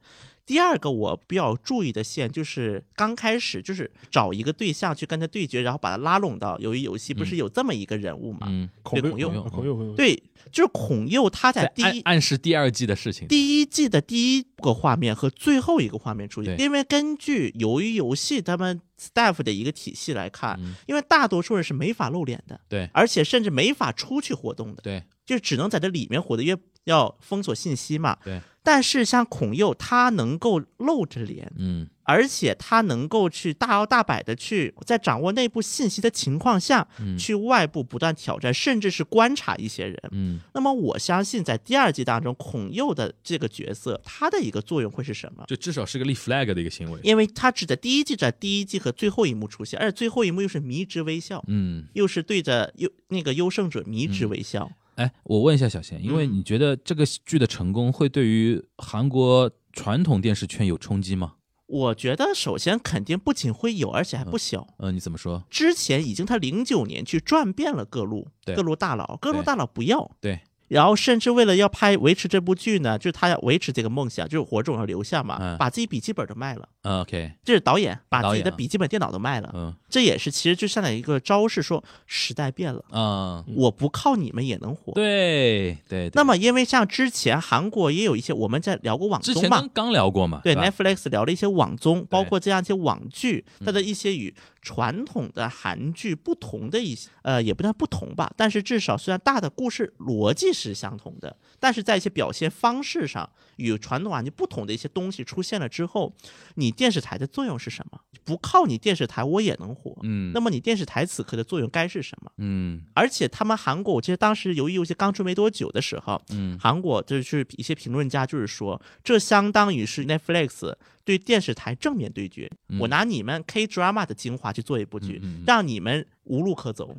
Speaker 2: 第二个我比较注意的线就是刚开始就是找一个对象去跟他对决，然后把他拉拢到鱿鱼游戏，不是有这么一个人物嘛？
Speaker 3: 嗯，
Speaker 4: 孔
Speaker 2: 对孔
Speaker 4: 佑
Speaker 2: 佑，
Speaker 4: 孔佑，孔佑，
Speaker 2: 对，就是孔佑他在
Speaker 3: 在
Speaker 2: 第
Speaker 3: 暗
Speaker 2: 一
Speaker 3: 暗示第二季的事情。
Speaker 2: 第一季的第一个画面和最后一个画面出现，
Speaker 3: 对
Speaker 2: 因为根据鱿鱼游戏他们 staff 的一个体系来看，
Speaker 3: 嗯
Speaker 2: 因为大多数人是没法露脸的，
Speaker 3: 对
Speaker 2: 而且甚至没法出去活动的，
Speaker 3: 对，
Speaker 2: 就只能在这里面活动，因为要封锁信息嘛。
Speaker 3: 对。
Speaker 2: 但是像孔佑，他能够露着脸，
Speaker 3: 嗯，
Speaker 2: 而且他能够去大摇大摆的去在掌握内部信息的情况下，
Speaker 3: 嗯
Speaker 2: 去外部不断挑战，甚至是观察一些人。
Speaker 3: 嗯
Speaker 2: 那么我相信，在第二季当中，孔佑的这个角色，他的一个作用会是什么？
Speaker 3: 就至少是个立 flag 的一个行为。
Speaker 2: 因为他只在第一季在第一季和最后一幕出现，而且最后一幕又是迷之微笑，
Speaker 3: 嗯，
Speaker 2: 又是对着优那个优胜者迷之微笑。
Speaker 3: 哎，我问一下小贤，因为
Speaker 2: 嗯
Speaker 3: 你觉得这个剧的成功会对于韩国传统电视圈有冲击吗？
Speaker 2: 我觉得，首先肯定不仅会有，而且还不小。
Speaker 3: 呃，你怎么说？
Speaker 2: 之前已经他零九年去转遍了各路
Speaker 3: 对
Speaker 2: 各路大佬，各路
Speaker 3: 对
Speaker 2: 大佬不要，
Speaker 3: 对，
Speaker 2: 然后甚至为了要拍维持这部剧呢，就是他要维持这个梦想，就是火种要留下嘛，
Speaker 3: 嗯
Speaker 2: 把自己笔记本都卖了。
Speaker 3: 呃，OK，
Speaker 2: 这是导演把
Speaker 3: 导
Speaker 2: 自己的
Speaker 3: 演啊
Speaker 2: 笔记本电脑都卖了，
Speaker 3: 嗯
Speaker 2: 这也是其实就相当于一个招式说，时代变了，
Speaker 3: 啊，
Speaker 2: 我不靠你们也能活。
Speaker 3: 对对。对
Speaker 2: 那么，因为像之前韩国也有一些，我们在聊过网
Speaker 3: 之
Speaker 2: 综
Speaker 3: 前
Speaker 2: 嘛
Speaker 3: 刚，刚聊过嘛？
Speaker 2: 对
Speaker 3: 吧
Speaker 2: Netflix 聊了一些网综，包括这样一些网剧，它
Speaker 3: 嗯
Speaker 2: 的一些与传统的韩剧不同的一些，呃，也不算不同吧，但是至少虽然大的故事逻辑是相同的，但是在一些表现方式上与传统韩剧不同的一些东西出现了之后，你电视台的作用是什么？不靠你电视台我也能火，
Speaker 3: 嗯
Speaker 2: 那么你电视台此刻的作用该是什么？
Speaker 3: 嗯
Speaker 2: 而且他们韩国，我记得当时由于游戏刚出没多久的时候，
Speaker 3: 嗯
Speaker 2: 韩国就是一些评论家就是说，这相当于是 Netflix 对电视台正面对决，
Speaker 3: 嗯
Speaker 2: 我拿你们 K drama 的精华去做一部剧，
Speaker 3: 嗯嗯嗯
Speaker 2: 让你们无路可走。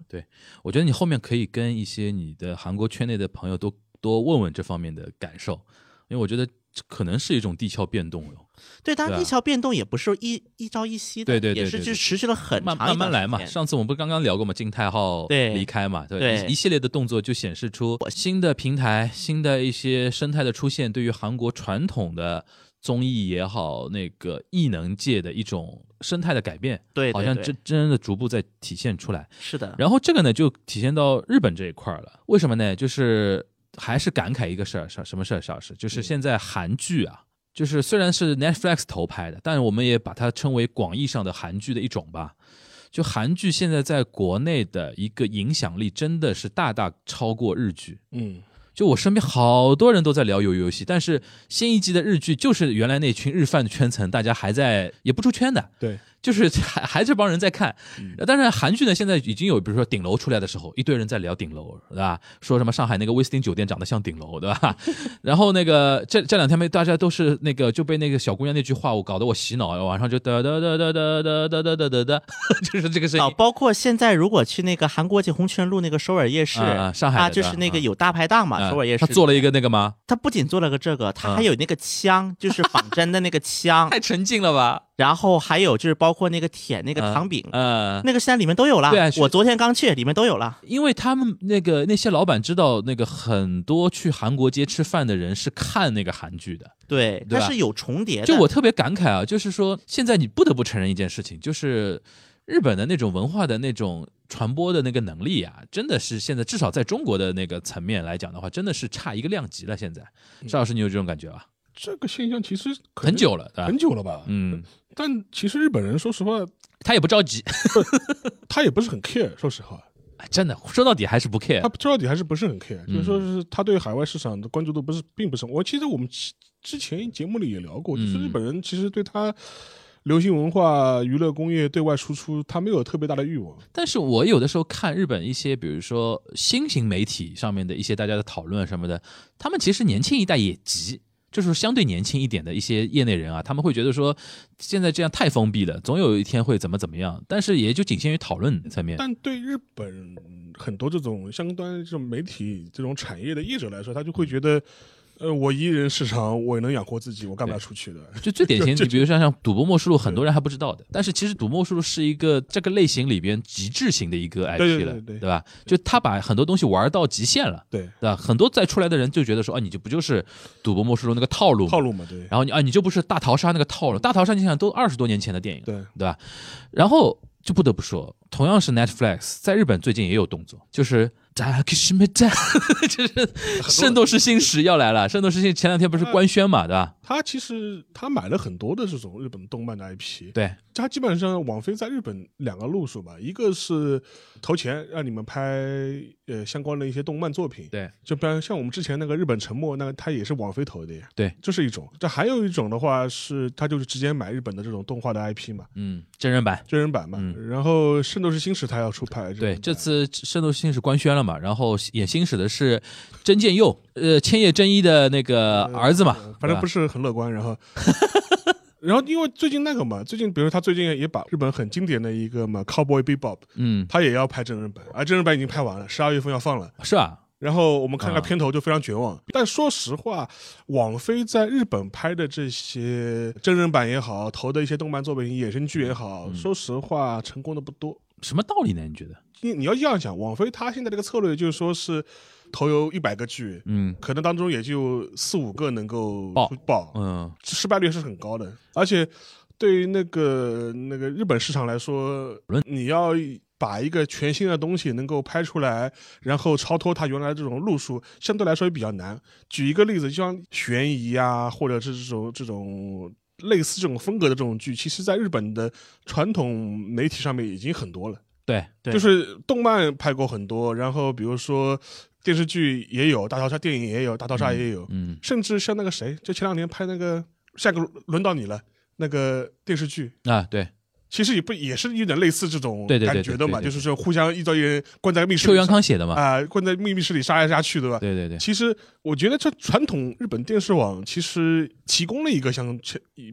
Speaker 3: 我觉得你后面可以跟一些你的韩国圈内的朋友多多问问这方面的感受，因为我觉得这可能是一种地壳变动哟，
Speaker 2: 对，当然
Speaker 3: 对啊
Speaker 2: 一桥变动也不是一一朝一夕的，
Speaker 3: 对对对
Speaker 2: 也是
Speaker 3: 对
Speaker 2: 就
Speaker 3: 对
Speaker 2: 持续了很长一
Speaker 3: 慢
Speaker 2: 段
Speaker 3: 慢慢来嘛。
Speaker 2: 时间
Speaker 3: 上次我们不是刚刚聊过嘛，金泰浩
Speaker 2: 对
Speaker 3: 离开嘛，对
Speaker 2: 对
Speaker 3: 一一系列的动作就显示出新的平台、新的一些生态的出现，对于韩国传统的综艺也好，那个艺能界的一种生态的改变，
Speaker 2: 对对
Speaker 3: 好像
Speaker 2: 对
Speaker 3: 真真的逐步在体现出来。
Speaker 2: 是的，
Speaker 3: 然后这个呢，就体现到日本这一块儿了。为什么呢？就是还是感慨一个事儿，什什么事儿？邵老师，就是现在韩剧啊，就是虽然是 Netflix 投拍的，但我们也把它称为广义上的韩剧的一种吧。就韩剧现在在国内的一个影响力，真的是大大超过日剧。
Speaker 4: 嗯，
Speaker 3: 就我身边好多人都在聊鱿鱼游戏，但是新一季的日剧就是原来那群日饭的圈层，大家还在也不出圈的，
Speaker 4: 对，
Speaker 3: 就是 还还这帮人在看。当然，韩剧呢现在已经有，比如说顶楼出来的时候，一堆人在聊顶楼，对吧？说什么上海那个威斯汀酒店长得像顶楼，对吧？ 然后那个这这两天被大家都是那个就被那个小姑娘那句话我搞得我洗脑，晚上就哒哒哒哒哒哒哒哒哒哒哒， 就是这个声
Speaker 2: 啊，
Speaker 3: 音。
Speaker 2: 包括现在如果去那个韩国街红泉路那个首尔夜市，
Speaker 3: 啊啊上海
Speaker 2: 啊，
Speaker 3: 的
Speaker 2: 就是那个有大排档嘛，
Speaker 3: 啊
Speaker 2: 首尔夜市
Speaker 3: 他做了一个那个吗？
Speaker 2: 他不仅做了个这个，他
Speaker 3: 嗯
Speaker 2: 还有那个枪，就是仿真的那个枪，
Speaker 3: 太沉浸了吧？
Speaker 2: 然后还有就是包括那个舔那个
Speaker 3: 嗯
Speaker 2: 糖饼，
Speaker 3: 呃，
Speaker 2: 那个现在里面都有了。
Speaker 3: 对啊是
Speaker 2: 我昨天刚去，里面都有了。
Speaker 3: 因为他们那个那些老板知道，那个很多去韩国街吃饭的人是看那个韩剧的。
Speaker 2: 对，
Speaker 3: 对
Speaker 2: 它
Speaker 3: 吧
Speaker 2: 是有重叠的。
Speaker 3: 就我特别感慨啊，就是说现在你不得不承认一件事情，就是日本的那种文化的那种传播的那个能力啊，真的是现在至少在中国的那个层面来讲的话，真的是差一个量级了。现在，邵老师，你有这种感觉吧？
Speaker 4: 这个现象其实嗯可能
Speaker 3: 很久了，对吧
Speaker 4: 很？久了吧？
Speaker 3: 嗯，
Speaker 4: 但其实日本人说实话，
Speaker 3: 他也不着急，
Speaker 4: 他也不是很 care，说实话，
Speaker 3: 哎真的说到底还是不 care
Speaker 4: 他。说到底还是不是很 care，就是
Speaker 3: 嗯
Speaker 4: 说是他对海外市场的关注度不是并不是很。我其实我们之之前节目里也聊过，就是
Speaker 3: 嗯
Speaker 4: 日本人其实对他流行文化娱乐工业对外输出，它没有特别大的欲望。
Speaker 3: 但是我有的时候看日本一些，比如说新型媒体上面的一些大家的讨论什么的，他们其实年轻一代也急，就是相对年轻一点的一些业内人啊，他们会觉得说现在这样太封闭了，总有一天会怎么怎么样，但是也就仅限于讨论层面。
Speaker 4: 但对日本很多这种相关这种媒体这种产业的业者来说，他就会觉得，呃，我一人市场，我也能养活自己，我干嘛要出去的？
Speaker 3: 就最典型，
Speaker 4: 就
Speaker 3: 你比如像像赌博默示录，很多人还不知道的。但是其实赌博默示录是一个这个类型里边极致型的一个 IP 了，
Speaker 4: 对对对对
Speaker 3: 吧？就他把很多东西玩到极限了，
Speaker 4: 对，
Speaker 3: 对吧？很多再出来的人就觉得说，啊，你就不就是赌博默示录那个套路吗
Speaker 4: 套路嘛，对，
Speaker 3: 然后你啊，你就不是大逃杀那个套路，大逃杀你想都二十多年前的电影了，
Speaker 4: 对，
Speaker 3: 对吧？然后就不得不说，同样是 Netflix，在日本最近也有动作，就是。扎克什么战， 就是《圣斗士星矢》要来了，《圣斗士星矢》前两天不是官宣嘛，对吧？
Speaker 4: 他其实他买了很多的这种日本动漫的 IP，
Speaker 3: 对，
Speaker 4: 他基本上网飞在日本两个路数吧，一个是投钱让你们拍呃相关的一些动漫作品，
Speaker 3: 对，
Speaker 4: 就比方像我们之前那个日本沉没，那个他也是网飞投的呀，
Speaker 3: 对，
Speaker 4: 这是一种。这还有一种的话是，他就是直接买日本的这种动画的 IP 嘛，
Speaker 3: 嗯，真人版。
Speaker 4: 真人版嘛，然后《圣斗士星矢》他要出拍，
Speaker 3: 嗯对，这次《圣斗士星矢》官宣了嘛，然后演星矢的是真剑佑，呃，千叶真一的那个儿子嘛，
Speaker 4: 呃反正不
Speaker 3: 是
Speaker 4: 是很乐观。 然后，然后因为最近那个嘛，最近比如他最近也把日本很经典的一个嘛《Cowboy Bebop》，
Speaker 3: 嗯，
Speaker 4: 他也要拍真人版，而真人版已经拍完了，十二月份要放了。
Speaker 3: 是吧？
Speaker 4: 然后我们看
Speaker 3: 啊
Speaker 4: 看片头就非常绝望。但说实话，网飞在日本拍的这些真人版也好，投的一些动漫作品、衍生剧也好，
Speaker 3: 嗯
Speaker 4: 说实话成功的不多。
Speaker 3: 什么道理呢？你觉得？
Speaker 4: 你你要这样讲，网飞它现在这个策略就是说是投有一百个剧，
Speaker 3: 嗯
Speaker 4: 可能当中也就四五个能够
Speaker 3: 爆
Speaker 4: 出爆，
Speaker 3: 嗯，
Speaker 4: 失败率是很高的。而且对于那个那个日本市场来说，你要把一个全新的东西能够拍出来，然后超脱它原来这种路数，相对来说也比较难。举一个例子，就像悬疑啊，或者是这种这种。类似这种风格的这种剧，其实在日本的传统媒体上面已经很多了。
Speaker 3: 对，
Speaker 2: 对
Speaker 4: 就是动漫拍过很多，然后比如说电视剧也有，大逃杀电影也有，大逃杀也有，
Speaker 3: 嗯
Speaker 4: 甚至像那个谁，就前两年拍那个《下个轮到你了》那个电视剧，
Speaker 3: 啊，对，
Speaker 4: 其实也不也是有点类似这种
Speaker 3: 对对对
Speaker 4: 感觉的嘛，
Speaker 3: 对对对
Speaker 4: 就是说互相一招一人关在密室
Speaker 3: 邱
Speaker 4: 里
Speaker 3: 元康写的嘛，
Speaker 4: 啊、关在秘密室里杀来杀去，对吧？
Speaker 3: 对对对，
Speaker 4: 其实我觉得这传统日本电视网其实提供了一个像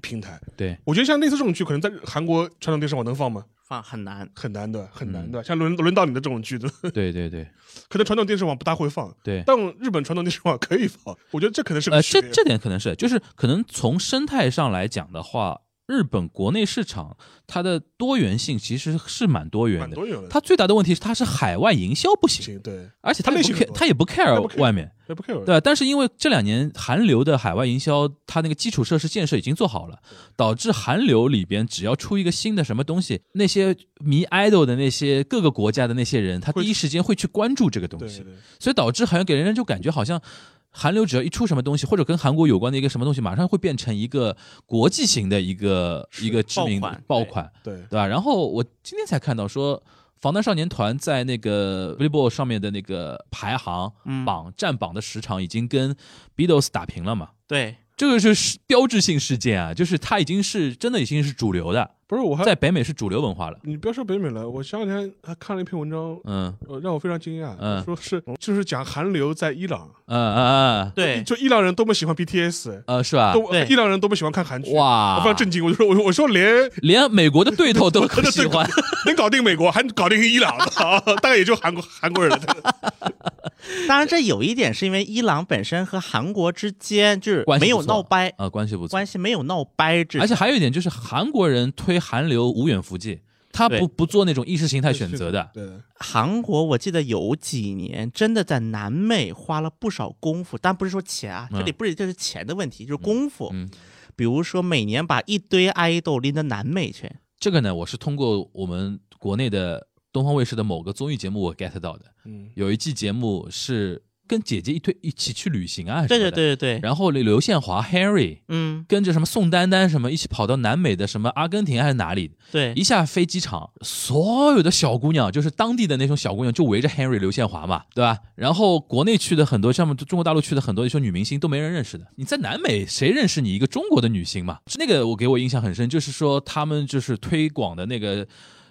Speaker 4: 平台，
Speaker 3: 对
Speaker 4: 我觉得像类似这种剧，可能在韩国传统电视网能放吗？
Speaker 2: 放很难。
Speaker 4: 很难的，很难
Speaker 3: 嗯
Speaker 4: 的。像轮轮到你的这种剧的，
Speaker 3: 对对对
Speaker 4: 可能传统电视网不大会放，
Speaker 3: 对。
Speaker 4: 但日本传统电视网可以放。我觉得这可能是个
Speaker 3: 呃，
Speaker 4: 区
Speaker 3: 这
Speaker 4: 别
Speaker 3: 这点可能是，就是可能从生态上来讲的话，日本国内市场它的多元性其实是蛮多元
Speaker 4: 蛮
Speaker 3: 的。
Speaker 4: 多元的。
Speaker 3: 它最大的问题是它是海外营销不行，
Speaker 4: 行，对，
Speaker 3: 而且
Speaker 4: 它
Speaker 3: 也
Speaker 4: 类
Speaker 3: 不
Speaker 4: 型很
Speaker 3: care，
Speaker 4: 多
Speaker 3: 它也
Speaker 4: 它
Speaker 3: 不
Speaker 4: 不
Speaker 3: care
Speaker 4: care
Speaker 3: 外面。
Speaker 4: 那不 care
Speaker 3: 对，但是因为这两年韩流的海外营销，它那个基础设施建设已经做好了，导致韩流里边只要出一个新的什么东西，那些迷 idol 的那些各个国家的那些人，他
Speaker 4: 会
Speaker 3: 第一时间会去关注这个东
Speaker 4: 对
Speaker 3: 西，
Speaker 4: 对
Speaker 3: 所以导致好像给人家就感觉好像。韩流只要一出什么东西，或者跟韩国有关的一个什么东西，马上会变成一个国际型的一个一个知名
Speaker 2: 爆
Speaker 3: 的
Speaker 2: 款
Speaker 3: 爆
Speaker 2: 对
Speaker 3: 款，
Speaker 4: 对，
Speaker 3: 对吧？啊然后我今天才看到说，防弹少年团在那个 Billboard 上面的那个排行
Speaker 2: 嗯
Speaker 3: 榜占榜的时长已经跟 Beatles 打平了嘛。
Speaker 2: 对，
Speaker 3: 这个就是标志性事件啊，就是它已经是真的已经是主流的，
Speaker 4: 不是我还
Speaker 3: 在北美是主流文化了。
Speaker 4: 你不要说北美了，我前两天还看了一篇文章，
Speaker 3: 嗯
Speaker 4: 呃，让我非常惊讶，
Speaker 3: 嗯
Speaker 4: 说是就是讲韩流在伊朗，
Speaker 3: 嗯嗯嗯，
Speaker 2: 对，
Speaker 4: 就伊朗人多么喜欢 BTS，
Speaker 3: 呃，是吧？
Speaker 4: 都
Speaker 2: 对
Speaker 4: 伊朗人多么喜欢看韩剧，我
Speaker 3: 哇
Speaker 4: 非，常震惊，我就说我我说连
Speaker 3: 连美国的对头都
Speaker 4: 对对
Speaker 3: 喜欢，
Speaker 4: 能搞定美国，还搞定伊朗，啊大概也就韩国韩国人了，
Speaker 2: 当然这有一点是因为伊朗本身和韩国之间就是
Speaker 3: 关系
Speaker 2: 没
Speaker 3: 不
Speaker 2: 有
Speaker 3: 错
Speaker 2: 闹掰，
Speaker 3: 啊，关系不错
Speaker 2: 关。系没有闹掰，这
Speaker 3: 而且还有一点就是，韩国人推韩流无远弗届，他不
Speaker 2: 对
Speaker 3: 不做那种意识形态选择的。
Speaker 4: 对，
Speaker 2: 韩国，我记得有几年真的在南美花了不少功夫，但不是说钱啊，
Speaker 3: 嗯
Speaker 2: 这里不是就是钱的问题，就是功夫。
Speaker 3: 嗯
Speaker 2: 比如说每年把一堆爱豆拎到南美去，
Speaker 3: 这个呢，我是通过我们国内的东方卫视的某个综艺节目我 get 到的。
Speaker 4: 嗯，
Speaker 3: 有一季节目是跟姐姐一推一起去旅行啊，
Speaker 2: 对对。对对对，
Speaker 3: 然后刘宪华 Harry
Speaker 2: 嗯，
Speaker 3: 跟着什么宋丹丹什么一起跑到南美的什么阿根廷还是哪里，
Speaker 2: 对
Speaker 3: 一，下飞机场，所有的小姑娘，就是当地的那种小姑娘，就围着 Henry 刘宪华嘛，对吧？然后国内去的很多，像我们中国大陆去的很多一些女明星都没人认识的。你在南美，谁认识你一个中国的女星嘛？那个我给我印象很深，就是说他们就是推广的那个。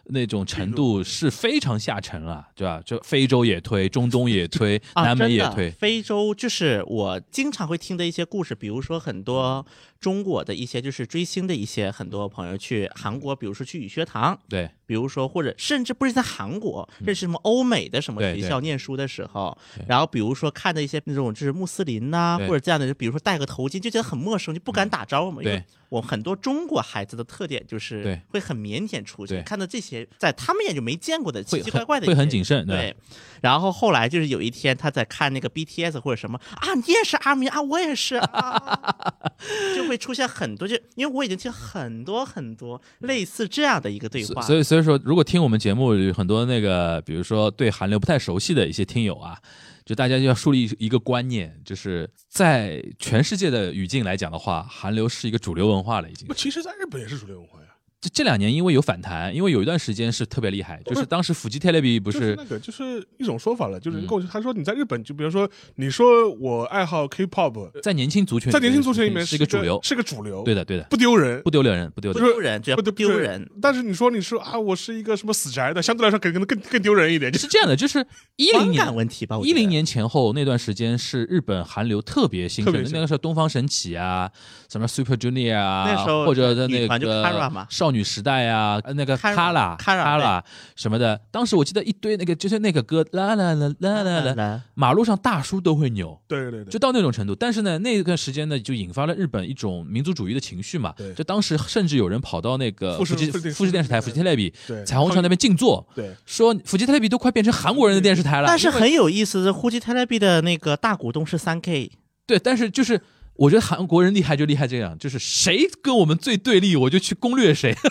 Speaker 3: 那种程度是非常下沉了，对吧？就非洲也推，中东也推，
Speaker 2: 啊，
Speaker 3: 南美
Speaker 2: 真
Speaker 3: 也
Speaker 2: 的
Speaker 3: 推，
Speaker 2: 非洲就是我经常会听的一些故事，比如说很多中国的一些就是追星的一些很多朋友去韩国，比如说去语学堂，
Speaker 3: 对
Speaker 2: 比如说或者甚至不是在韩国，认识什么欧美的什么
Speaker 3: 对
Speaker 2: 学
Speaker 3: 对
Speaker 2: 校念书的时候
Speaker 3: 对，
Speaker 2: 然后比如说看的一些那种就是穆斯林呐、
Speaker 3: 对
Speaker 2: 或者这样的，就比如说戴个头巾就觉得很陌生，就不敢打招呼嘛，因
Speaker 3: 对
Speaker 2: 为。我们很多中国孩子的特点就是
Speaker 3: 对
Speaker 2: 会很腼腆出去，
Speaker 3: 对
Speaker 2: 看到这些在他们眼里没见过的奇
Speaker 3: 会
Speaker 2: 奇怪
Speaker 3: 很
Speaker 2: 怪的一
Speaker 3: 会
Speaker 2: 些
Speaker 3: 很谨慎，吧
Speaker 2: 对，然后后来就是有一天他在看那个 BTS 或者什么啊，你也是阿明啊，我也是啊， 就会出现很多，就因为我已经听很多很多类似这样的一个对
Speaker 3: 所
Speaker 2: 话，
Speaker 3: 所以所以说，如果听我们节目有很多那个，比如说对韩流不太熟悉的一些听友啊，就大家就要树立一个观念，就是在全世界的语境来讲的话，韩流是一个主流文化了，已经
Speaker 4: 不，。其实在日本也是主流文化呀，
Speaker 3: 这这两年因为有反弹，因为有一段时间是特别厉害，就是当时腹肌 Televi 不
Speaker 4: 就
Speaker 3: 嗯
Speaker 4: 是
Speaker 3: 是
Speaker 4: 那个就是一种说法了，就是够。他说你在日本，就比如说你说我爱好 K-pop，
Speaker 3: 在年轻族群里面
Speaker 4: 在年轻族群里面
Speaker 3: 是
Speaker 4: 是
Speaker 3: 一个主流，
Speaker 4: 是个主流，
Speaker 3: 对，的对的，
Speaker 4: 不丢人
Speaker 3: 不。丢人不丢
Speaker 4: 不
Speaker 3: 人
Speaker 4: 是。
Speaker 2: 丢人，主要
Speaker 4: 不
Speaker 2: 不
Speaker 4: 丢
Speaker 2: 丢人。
Speaker 4: 但是你说你说啊，我是一个什么死宅的，相对来说可能更更丢人一点，就是
Speaker 3: 这样的，就是一零
Speaker 2: 观
Speaker 3: 年
Speaker 2: 感问题吧，我觉
Speaker 3: 一
Speaker 2: 得
Speaker 3: 零年前后那段时间是日本韩流特别兴盛
Speaker 4: 特
Speaker 3: 的
Speaker 4: 别，
Speaker 3: 那个时候东方神起啊，什么 Super Junior 啊，
Speaker 2: 那时候
Speaker 3: 或者的那
Speaker 2: 女团就 Kara
Speaker 3: 个
Speaker 2: 嘛
Speaker 3: 少女时代啊，呃那个
Speaker 2: Kara-
Speaker 3: Kara
Speaker 2: Kara，
Speaker 3: 什么的，当时我记得一堆那个就是那个歌啦啦啦啦啦啦，
Speaker 2: 来，
Speaker 3: 马路上大叔都会扭。
Speaker 4: 对对对，
Speaker 3: 就到那种程度。但是呢，那段时间呢，就引发了日本一种民族主义的情绪嘛
Speaker 4: 对。
Speaker 3: 就当时甚至有人跑到那个
Speaker 4: 富士
Speaker 3: 富士
Speaker 4: 富士
Speaker 3: 富士电视台、
Speaker 4: 富
Speaker 3: 富
Speaker 4: 士
Speaker 3: 士 Televi、
Speaker 4: 对
Speaker 3: 彩虹桥那边静坐，
Speaker 4: 对
Speaker 3: 说富士 Televi 都快变成韩国人的电视台了。
Speaker 2: 但是
Speaker 3: 因为
Speaker 2: 很有意思的，呼机 Telebi 的那个大股东是三 K，
Speaker 3: 对，但是就是我觉得韩国人厉害就厉害这样，就是谁跟我们最对立，我就去攻略谁。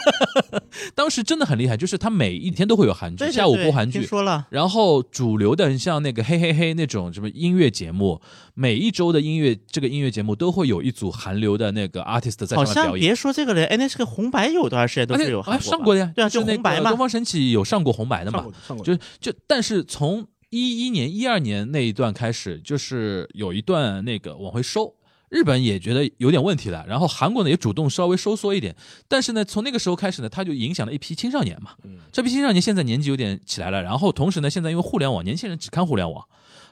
Speaker 3: 当时真的很厉害，就是他每一天都会有韩剧，
Speaker 2: 对对
Speaker 3: 下午播
Speaker 2: 对
Speaker 3: 韩
Speaker 2: 听
Speaker 3: 剧。
Speaker 2: 说了，
Speaker 3: 然后主流的像那个嘿嘿嘿那种什么音乐节目，每一周的音乐这个音乐节目都会有一组韩流的那个 artist 在
Speaker 2: 好
Speaker 3: 上面
Speaker 2: 像
Speaker 3: 表演。
Speaker 2: 别说这个了，NHK 红白有段时间都
Speaker 3: 而
Speaker 2: 是
Speaker 3: 且
Speaker 2: 有
Speaker 3: 啊
Speaker 2: 韩
Speaker 3: 上
Speaker 2: 吧
Speaker 3: 过的呀，
Speaker 2: 对啊，
Speaker 3: 就
Speaker 2: 就
Speaker 3: 是那
Speaker 2: 红白
Speaker 3: 个
Speaker 2: 嘛
Speaker 3: 东，方神起有上过红白的
Speaker 4: 上
Speaker 3: 嘛
Speaker 4: 过，上过，
Speaker 3: 就就但是从一一年、一二年那一段开始，就是有一段那个往回收。日本也觉得有点问题了，然后韩国呢也主动稍微收缩一点，但是呢，从那个时候开始呢，它就影响了一批青少年嘛。
Speaker 4: 嗯
Speaker 3: 这批青少年现在年纪有点起来了，然后同时呢，现在因为互联网，年轻人只看互联网，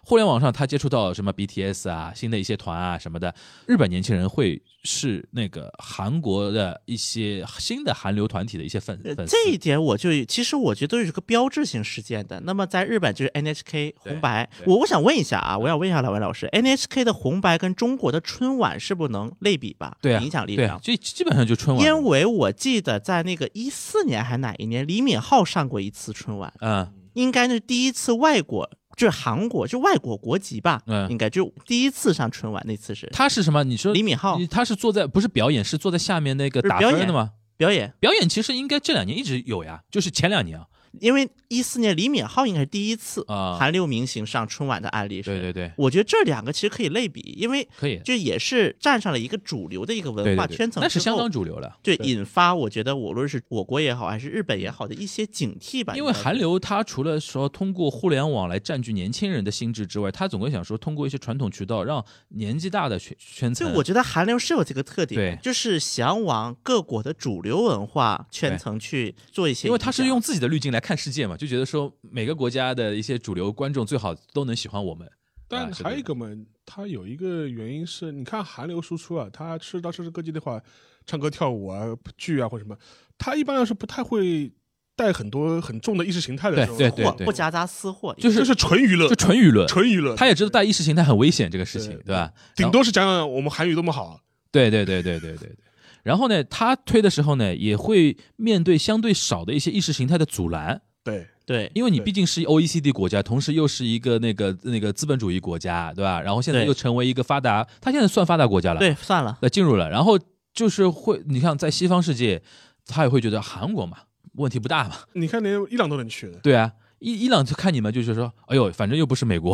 Speaker 3: 互联网上他接触到什么 BTS 啊、新的一些团啊什么的，日本年轻人会是那个韩国的一些新的韩流团体的一些粉
Speaker 2: 呃
Speaker 3: 粉丝。
Speaker 2: 这一点我就其实我觉得都是个标志性事件的。那么在日本就是 NHK
Speaker 3: 对
Speaker 2: 红白，
Speaker 3: 对嗯
Speaker 2: 我我想问一下啊，我想问一下两位老师，NHK 的红白跟中国的春晚是不能类比吧？
Speaker 3: 对啊，
Speaker 2: 影响力
Speaker 3: 对啊
Speaker 2: 上，。
Speaker 3: 就基本上就春晚了。
Speaker 2: 因为我记得在那个一四年还哪一年，李敏镐上过一次春晚，
Speaker 3: 嗯，
Speaker 2: 应该是第一次外国，就是韩国，就外国国籍吧，
Speaker 3: 嗯
Speaker 2: 应该就第一次上春晚那次是
Speaker 3: 他是什么？你说
Speaker 2: 李敏镐
Speaker 3: 你他是坐在不是表演，是坐在下面那个
Speaker 2: 不是
Speaker 3: 打
Speaker 2: 表
Speaker 3: 分的
Speaker 2: 演
Speaker 3: 吗？
Speaker 2: 表演，
Speaker 3: 表演其实应该这两年一直有呀，就是前两年啊。
Speaker 2: 因为一四年李敏镐应该是第一次
Speaker 3: 啊
Speaker 2: 韩流明星上春晚的案例是，
Speaker 3: 对对对，
Speaker 2: 我觉得这两个其实可以类比，因为
Speaker 3: 可以，
Speaker 2: 就也是站上了一个主流的一个
Speaker 3: 对
Speaker 2: 文化
Speaker 3: 对对
Speaker 2: 圈，层
Speaker 3: 那是
Speaker 2: 之
Speaker 3: 相
Speaker 2: 后
Speaker 3: 当主流了。
Speaker 2: 就引发我觉得无论是我国也好，还是日本也好的一些警惕吧。
Speaker 3: 嗯因为
Speaker 2: 应该是
Speaker 3: 韩流它除了说通过互联网来占据年轻人的心智之外，它总归想说通过一些传统渠道让年纪大的圈圈
Speaker 2: 就
Speaker 3: 层，
Speaker 2: 我觉得韩流是有这个特点，
Speaker 3: 嗯对
Speaker 2: 就是想往各国的主流文化圈层去做一些影响，啊
Speaker 3: 因为它是用自己的滤镜来看世界嘛，就觉得说每个国家的一些主流观众最好都能喜欢我们。
Speaker 4: 但
Speaker 3: 啊是
Speaker 4: 还有
Speaker 3: 的
Speaker 4: 一个嘛，它有一个原因是，你看韩流输出啊，它是到世界各地的话，唱歌跳舞啊、剧啊或者什么，它一般来说不太会带很多很重的意识形态的
Speaker 3: 对
Speaker 4: 这种
Speaker 3: 对
Speaker 2: 私
Speaker 3: 对
Speaker 2: 货
Speaker 3: 对
Speaker 2: 不夹杂私货，
Speaker 3: 就是
Speaker 4: 就是纯娱乐
Speaker 3: 就，纯舆论，
Speaker 4: 纯娱乐。
Speaker 3: 他也知道带意识形态很危险这个事情，
Speaker 4: 对
Speaker 3: 对吧？
Speaker 4: 顶多是讲讲我们韩语多么好，
Speaker 3: 对对对对对对对。然后呢，他推的时候呢，也会面对相对少的一些意识形态的阻拦，
Speaker 4: 对，
Speaker 2: 对，
Speaker 3: 因为你
Speaker 4: 对
Speaker 3: 毕竟是 OECD 国家，同时又是一个那个那个资本主义国家，对吧？然后现在
Speaker 2: 对
Speaker 3: 又成为一个发达，他现在算发达国家了，，
Speaker 2: 对，算了，
Speaker 3: 呃，进入了。然后就是会，你看在西方世界，他也会觉得韩国嘛，问题不大嘛，
Speaker 4: 你看连伊朗都能去的，
Speaker 3: 对啊。伊伊朗就看你们就是说，哎呦，反正又不是美国，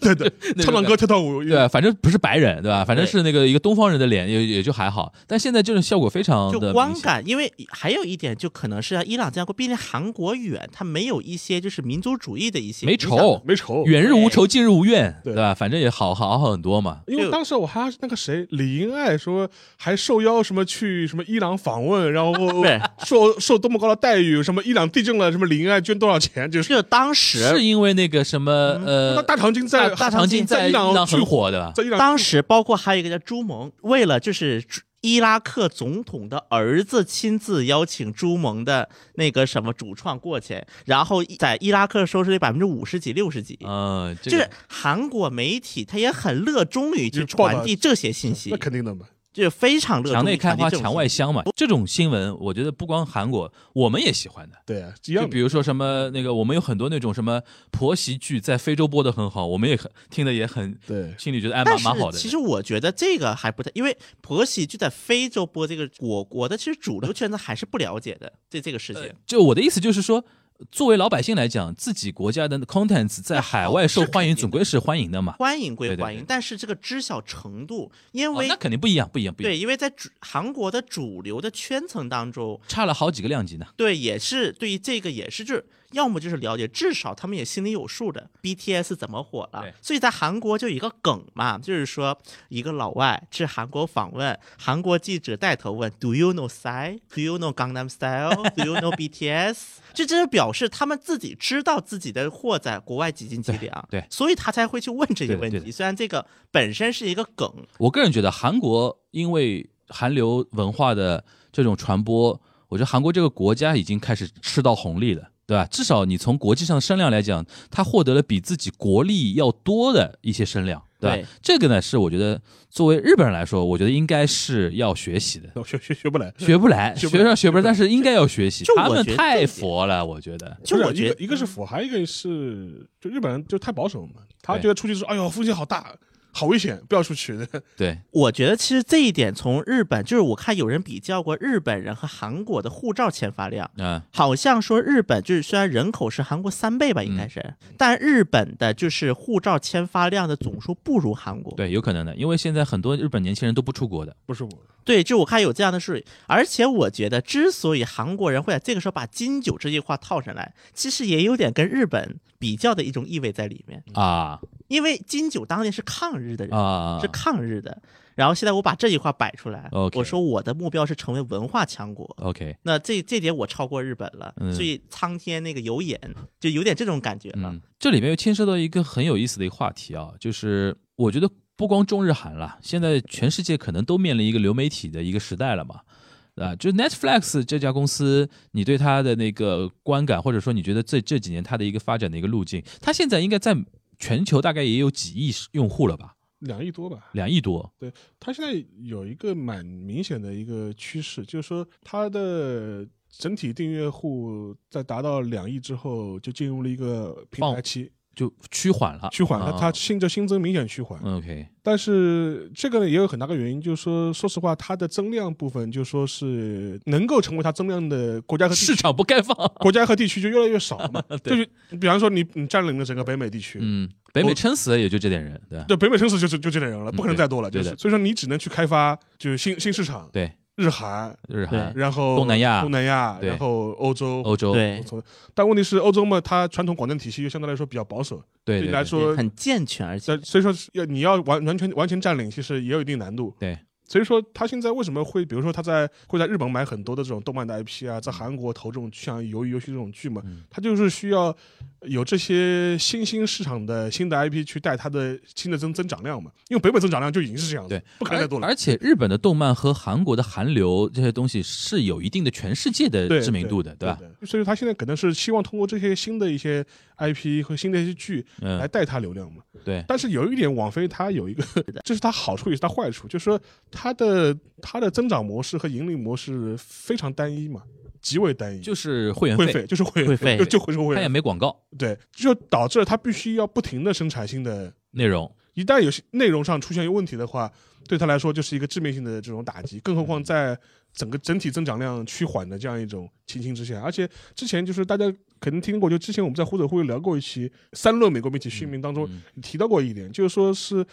Speaker 4: 对对 对，
Speaker 3: 那个
Speaker 4: 唱唱歌跳跳舞，
Speaker 3: 对，啊反正不是白人，对吧？反正
Speaker 2: 对
Speaker 3: 是那个一个东方人的脸，也也就还好。但现在这种效果非常
Speaker 2: 就
Speaker 3: 的
Speaker 2: 观
Speaker 3: 明显，
Speaker 2: 感，因为还有一点，就可能是伊朗这样国，毕竟韩国远，它没有一些就是民族主义的一些
Speaker 3: 没
Speaker 2: 影响
Speaker 3: 仇，
Speaker 4: 没仇。
Speaker 3: 远日无仇，近日无怨，
Speaker 4: 哦对
Speaker 3: 对吧？反正也好好好很多嘛。
Speaker 4: 因为当时我还那个谁李英爱说还受邀什么去什么伊朗访问，然后
Speaker 2: 对
Speaker 4: 受受多么高的待遇，什么伊朗地震了，什么李英爱捐多少钱，就是
Speaker 2: 就当时
Speaker 3: 是因为那个什么
Speaker 4: 那
Speaker 3: 呃，
Speaker 4: 大长今在
Speaker 3: 大长今
Speaker 4: 在
Speaker 3: 在伊朗
Speaker 4: 去
Speaker 3: 很火的吧？
Speaker 4: 在伊朗
Speaker 2: 当时包括还有一个叫朱蒙，为了就是朱伊拉克总统的儿子亲自邀请朱蒙的那个什么主创过去，然后在伊拉克收视率百分之五十几、六十几。
Speaker 3: 嗯，
Speaker 2: 就
Speaker 3: 这
Speaker 2: 是
Speaker 3: 个
Speaker 2: 韩国媒体，他也很热衷于去
Speaker 4: 就报道
Speaker 2: 传递这些信息
Speaker 4: 那，肯定的嘛，
Speaker 2: 就是非常热
Speaker 3: 墙
Speaker 2: 衷
Speaker 3: 内
Speaker 2: 于
Speaker 3: 开
Speaker 2: 传递
Speaker 3: 花
Speaker 2: 这种
Speaker 3: 墙外
Speaker 2: 信息
Speaker 3: 香嘛。这种新闻，我觉得不光韩国，我们也喜欢的。
Speaker 4: 对啊，一样的。
Speaker 3: 就比如说什么那个，我们有很多那种什么婆媳剧在非洲播的很好，我们也很听的也很，
Speaker 4: 对
Speaker 3: 心里觉得哎
Speaker 2: 但
Speaker 3: 蛮
Speaker 2: 是
Speaker 3: 蛮好的。
Speaker 2: 其实我觉得这个还不太，因为婆媳就在非洲播这个我国的，其实主流圈子还是不了解的对这个事情。
Speaker 3: 呃就我的意思就是说，作为老百姓来讲，自己国家的 contents 在海外受欢迎，
Speaker 2: 是肯定的
Speaker 3: 总归是欢迎的嘛。
Speaker 2: 欢迎
Speaker 3: 对
Speaker 2: 归
Speaker 3: 对
Speaker 2: 欢迎，
Speaker 3: 对
Speaker 2: 但是这个知晓程度，因
Speaker 3: 哦
Speaker 2: 为、
Speaker 3: 那肯定不一样，不一样，不一样，
Speaker 2: 对，因为在主韩国的主流的圈层当中，
Speaker 3: 差了好几个量级呢。
Speaker 2: 对，也是对于这个也是就是要么就是了解，至少他们也心里有数的 BTS 怎么火了
Speaker 3: 对。
Speaker 2: 所以在韩国就有一个梗嘛，就是说一个老外去韩国访问，韩国记者带头问 Do you know Psy? Do you know Gangnam Style? Do you know BTS? 这这是表示他们自己知道自己的货在国外几斤几两，
Speaker 3: 对对
Speaker 2: 所以他才会去问这些
Speaker 3: 对的
Speaker 2: 问
Speaker 3: 对的
Speaker 2: 题。虽然这个本身是一个梗，
Speaker 3: 我个人觉得，韩国因为韩流文化的这种传播，我觉得韩国这个国家已经开始吃到红利了。对吧？至少你从国际上声量来讲，它获得了比自己国力要多的一些声量，对吧？
Speaker 2: 对
Speaker 3: 这个呢，是我觉得作为日本人来说，我觉得应该是要 学习的。
Speaker 4: 那学学学不来，
Speaker 3: 学不 来，
Speaker 4: 学不
Speaker 3: 学
Speaker 4: 来
Speaker 3: 上学不来，但是应该要学习
Speaker 2: 就。
Speaker 3: 他
Speaker 2: 我
Speaker 3: 们
Speaker 2: 觉得
Speaker 3: 太
Speaker 2: 这
Speaker 3: 佛了，我觉得。
Speaker 2: 就
Speaker 4: 不是啊
Speaker 2: 我觉
Speaker 4: 一
Speaker 2: 得
Speaker 4: 个一个是腐，还有一个是就日本人就太保守嘛，他觉得出去之后，哎呦风险好大，好危险，不要出去。
Speaker 3: 对，
Speaker 2: 我觉得其实这一点从日本，就是我看有人比较过日本人和韩国的护照签发量，
Speaker 3: 嗯，
Speaker 2: 好像说日本就是虽然人口是韩国三倍吧，应该是，但日本的就是护照签发量的总数不如韩国。
Speaker 3: 对，有可能的，因为现在很多日本年轻人都不出国的。
Speaker 4: 不是我，
Speaker 2: 对，就我看有这样的数据，而且我觉得之所以韩国人会在这个时候把金九这句话套上来，其实也有点跟日本比较的一种意味在里面，
Speaker 3: 啊
Speaker 2: 因为金九当嗯年是抗日的人。
Speaker 3: 啊
Speaker 2: 是抗日的。然后现在我把这句话摆出来
Speaker 3: OK
Speaker 2: 我说我的目标是成为文化强国。
Speaker 3: ，OK，
Speaker 2: 那这这点我超过日本了，
Speaker 3: 嗯
Speaker 2: 所以苍天那个有眼，就有点这种感觉了。
Speaker 3: 嗯，这里面又牵涉到一个很有意思的一个话题啊，就是我觉得不光中日韩了，现在全世界可能都面临一个流媒体的一个时代了嘛。啊，就 Netflix 这家公司，你对它的那个观感，或者说你觉得这这几年它的一个发展的一个路径，它现在应该在全球大概也有几亿用户了吧，
Speaker 4: 两亿多吧。
Speaker 3: 两亿多，
Speaker 4: 他现在有一个蛮明显的一个趋势，就是说他的整体订阅户在达到两亿之后，就进入了一个平台期
Speaker 3: 就趋缓了，
Speaker 4: 趋缓，那
Speaker 3: 啊嗯
Speaker 4: 它新这新增明显趋缓。
Speaker 3: OK，
Speaker 4: 但是这个呢也有很大个原因，就是说，说实话，它的增量部分，就说是能够成为它增量的国家和地区
Speaker 3: 市场不开 放。
Speaker 4: 国家和地区就越来越少嘛。
Speaker 3: 对
Speaker 4: 就是比方说你你占领了整个北美地区，
Speaker 3: 嗯，北美撑死了也就这点人，对吧？
Speaker 4: 对北美城市就是就这点人了，不可能再多了，
Speaker 3: 嗯
Speaker 4: 就
Speaker 3: 对
Speaker 4: 是
Speaker 3: 对的
Speaker 4: 所以说你只能去开发就是新新市场，
Speaker 3: 对，
Speaker 4: 日韩，
Speaker 3: 日韩、
Speaker 4: 然后
Speaker 3: 东南亚
Speaker 4: 东南亚，
Speaker 3: 对
Speaker 4: 然后欧洲。
Speaker 3: 欧洲，
Speaker 2: 对，
Speaker 4: 从但问题是，欧洲嘛，它传统广电体系又相对来说比较保守，
Speaker 3: 对
Speaker 4: 对
Speaker 3: 对
Speaker 4: 你来
Speaker 3: 对，
Speaker 4: 说，
Speaker 2: 很健全，而且
Speaker 4: 呃所以说是要你要完完全完全占领，其实也有一定难度。
Speaker 3: 对，
Speaker 4: 所以说他现在为什么会，比如说他在会在日本买很多的这种动漫的 IP 啊，在韩国投这种像《鱿鱼游戏》这种剧嘛，
Speaker 3: 嗯
Speaker 4: 他就是需要有这些新兴市场的新的 IP 去带它的新的增增长量嘛，因为北美增长量就已经是这样子，
Speaker 3: 对
Speaker 4: 不可能再
Speaker 3: 而
Speaker 4: 多了。
Speaker 3: 而且日本的动漫和韩国的韩流这些东西是有一定的全世界的
Speaker 4: 对
Speaker 3: 知名度的，
Speaker 4: 对
Speaker 3: 吧？
Speaker 4: 对所以说他现在可能是希望通过这些新的一些 IP 和新的一些剧来
Speaker 3: 嗯，
Speaker 4: 带它流量嘛。
Speaker 3: 对，
Speaker 4: 但是有一点，网飞它有一个， 这是它好处也是它坏处，就是说它的它的增长模式和盈利模式非常单一嘛，极为单一，
Speaker 3: 就是会员
Speaker 4: 会
Speaker 3: 费，
Speaker 4: 费就是会
Speaker 2: 会费
Speaker 4: 就就会收会
Speaker 3: 它也
Speaker 4: 费，
Speaker 3: 没广告
Speaker 4: 对，就导致了它必须要不停的生产新的，
Speaker 3: 内容，
Speaker 4: 一
Speaker 3: 嗯
Speaker 4: 旦有些内容上出现问题的话，对它来说就是一个致命性的这种打击，更何况在整个整体增长量趋缓的这样一种情形之下，而且之前就是大家可能听过，就之前我们在忽左忽右聊过一期三论美国媒体训命当
Speaker 3: 嗯
Speaker 4: 中提到过一点，就是说是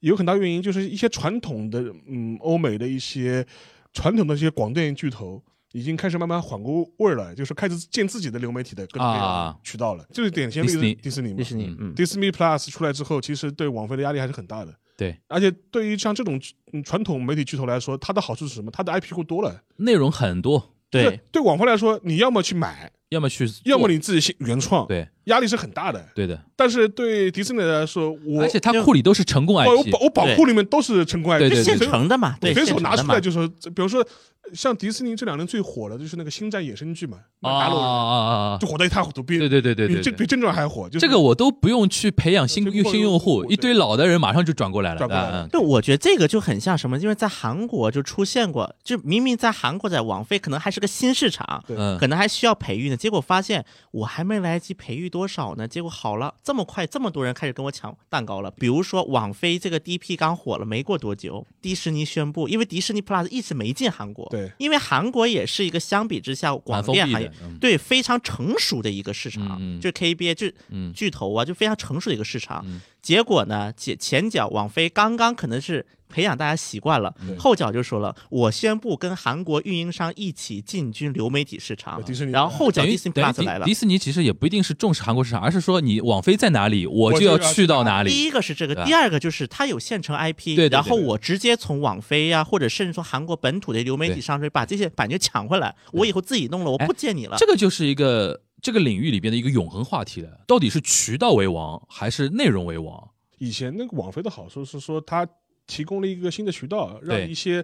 Speaker 4: 有很大原因，就是一些传统的嗯欧美的一些传统的一些广电巨头。已经开始慢慢缓过味儿了，就是开始建自己的流媒体的各种各样的
Speaker 3: 啊
Speaker 4: 渠道了，就是典型的例
Speaker 3: 迪士尼
Speaker 4: 子，迪士尼嘛
Speaker 2: 迪，士尼，嗯，
Speaker 4: Disney Plus 出来之后，其实对网飞的压力还是很大的。
Speaker 3: 对，
Speaker 4: 而且对于像这种嗯传统媒体巨头来说，它的好处是什么？它的 IP 库多了。
Speaker 3: 内容很多，
Speaker 4: 就是
Speaker 2: 对，
Speaker 4: 对网飞来说，你要么去买，
Speaker 3: 要么去做，
Speaker 4: 要么你自己先原创，
Speaker 3: 对
Speaker 4: 压力是很大的。
Speaker 3: 对的，
Speaker 4: 但是对迪士尼来说，我
Speaker 3: 而且它
Speaker 2: 就
Speaker 3: 库里都是成功
Speaker 4: 哦我
Speaker 3: IP，
Speaker 4: 宝我宝库里面都是成功 IP，
Speaker 3: 对对对
Speaker 2: 现
Speaker 4: 随
Speaker 2: 成的嘛，对，
Speaker 4: 随
Speaker 2: 现
Speaker 4: 手
Speaker 2: 成
Speaker 4: 拿
Speaker 2: 的
Speaker 4: 出
Speaker 2: 嘛
Speaker 4: 来，就是，比如说像迪士尼这两年最火的就是那个《星战》野生剧嘛，
Speaker 3: 啊
Speaker 4: 马
Speaker 3: 啊
Speaker 4: 达
Speaker 3: 啊
Speaker 4: 洛人
Speaker 3: 啊啊！
Speaker 4: 就火到一塌糊涂，比
Speaker 3: 对对对对
Speaker 4: 比
Speaker 3: 对
Speaker 4: 这
Speaker 3: 对，
Speaker 4: 比正传还火。就是
Speaker 3: 这个我都不用去培养新
Speaker 4: 这个
Speaker 3: 新用户，
Speaker 4: 对
Speaker 3: 一堆老的人马上就转过来了。
Speaker 4: 转过来了
Speaker 3: 嗯
Speaker 2: 对，我觉得这个就很像什么，因为在韩国就出现过，就明明在韩国在网飞可能还是个新市场，
Speaker 4: 对
Speaker 3: 嗯，
Speaker 2: 可能还需要培育呢，结果发现我还没来得及培育多少呢，结果好了，这么快这么多人开始跟我抢蛋糕了。比如说网飞这个 DP 刚火了没过多久，迪士尼宣布，因为迪士尼 Plus 一直没进韩国，
Speaker 4: 对，
Speaker 2: 因为韩国也是一个相比之下广
Speaker 3: 蛮封
Speaker 2: 电
Speaker 3: 闭
Speaker 2: 行
Speaker 3: 的
Speaker 2: 业。，
Speaker 3: 嗯
Speaker 2: 对，非常成熟的一个市场，
Speaker 3: 嗯嗯
Speaker 2: 就是 KBA 就
Speaker 3: 嗯
Speaker 2: 巨头啊，就非常成熟的一个市场。
Speaker 3: 嗯
Speaker 2: 结果呢，前前脚网飞刚刚可能是培养大家习惯了，
Speaker 4: 嗯
Speaker 2: 后脚就说了，我宣布跟韩国运营商一起进军流媒体市
Speaker 3: 呃
Speaker 2: 场
Speaker 4: 迪士尼，
Speaker 2: 然后后脚
Speaker 3: 等于
Speaker 2: Disney
Speaker 3: 等于
Speaker 2: Plus
Speaker 3: 迪
Speaker 2: 来了
Speaker 3: 迪。士尼其实也不一定是重视韩国市场，而是说你网飞在哪里，我
Speaker 4: 我
Speaker 3: 就
Speaker 4: 就
Speaker 3: 要
Speaker 4: 要
Speaker 3: 去
Speaker 4: 去
Speaker 3: 到
Speaker 4: 哪
Speaker 3: 哪
Speaker 2: 第
Speaker 3: 里。
Speaker 2: 一个是这个，
Speaker 3: 对啊
Speaker 2: 第二个就是它有现成 IP，
Speaker 3: 对对对
Speaker 2: 然后我直接从网飞呀、或者甚至从韩国本土的流媒体
Speaker 3: 对
Speaker 2: 上去把这些版权抢回来，我以后自己弄了，我
Speaker 3: 哎
Speaker 2: 不借你了。
Speaker 3: 这个就是一个这个领域里边的一个永恒话题了，到底是渠道为王还是内容为王？
Speaker 4: 以前那个网飞的好处是说，它提供了一个新的渠道，让
Speaker 3: 对
Speaker 4: 一些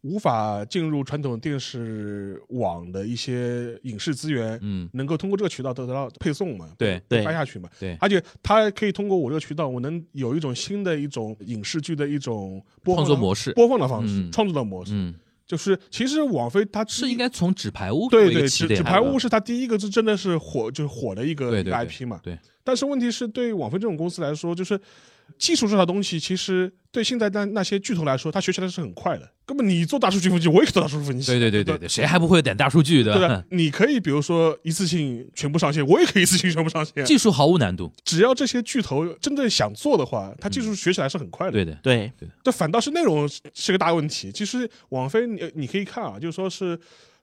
Speaker 4: 无法进入传统电视网的一些影视资源，
Speaker 3: 嗯，
Speaker 4: 能够通过这个渠道得到配送嘛，
Speaker 3: 对
Speaker 2: 对
Speaker 4: 发下去嘛。
Speaker 3: 对
Speaker 4: 而且它可以通过我这个渠道，我能有一种新的一种影视剧的一种播放
Speaker 3: 创作
Speaker 4: 的
Speaker 3: 模式
Speaker 4: 播放的方式、
Speaker 3: 嗯
Speaker 4: 创作的模式。
Speaker 3: 嗯，
Speaker 4: 就是其实网飞它
Speaker 3: 是应
Speaker 4: 该。
Speaker 3: 该从纸牌屋作
Speaker 4: 对
Speaker 3: 为一
Speaker 4: 对，
Speaker 3: 个起
Speaker 4: 纸
Speaker 3: 点
Speaker 4: 纸
Speaker 3: 的
Speaker 4: 牌屋是它第一个是真的是火，就是火的一个
Speaker 3: 对
Speaker 4: 一
Speaker 3: 对
Speaker 4: 个
Speaker 3: 对
Speaker 4: IP 嘛。
Speaker 3: 对
Speaker 4: 但是问题是，对于网飞这种公司来说，就是技术这套东西，其实对现在那那些巨头来说，它学起来是很快的。根本你做大数据分析，我也可以做大数据分析。
Speaker 3: 对对对对对，谁还不会点大数据
Speaker 4: 对
Speaker 3: 的
Speaker 4: 吧？？你可以比如说一次性全部上线，我也可以一次性全部上线。
Speaker 3: 技术毫无难度，
Speaker 4: 只要这些巨头真正想做的话，它技术学起来是很快的。
Speaker 3: 嗯对的，
Speaker 2: 对
Speaker 4: 这反倒是内容是是个大问题。其实网飞你呃你可以看啊，就是说是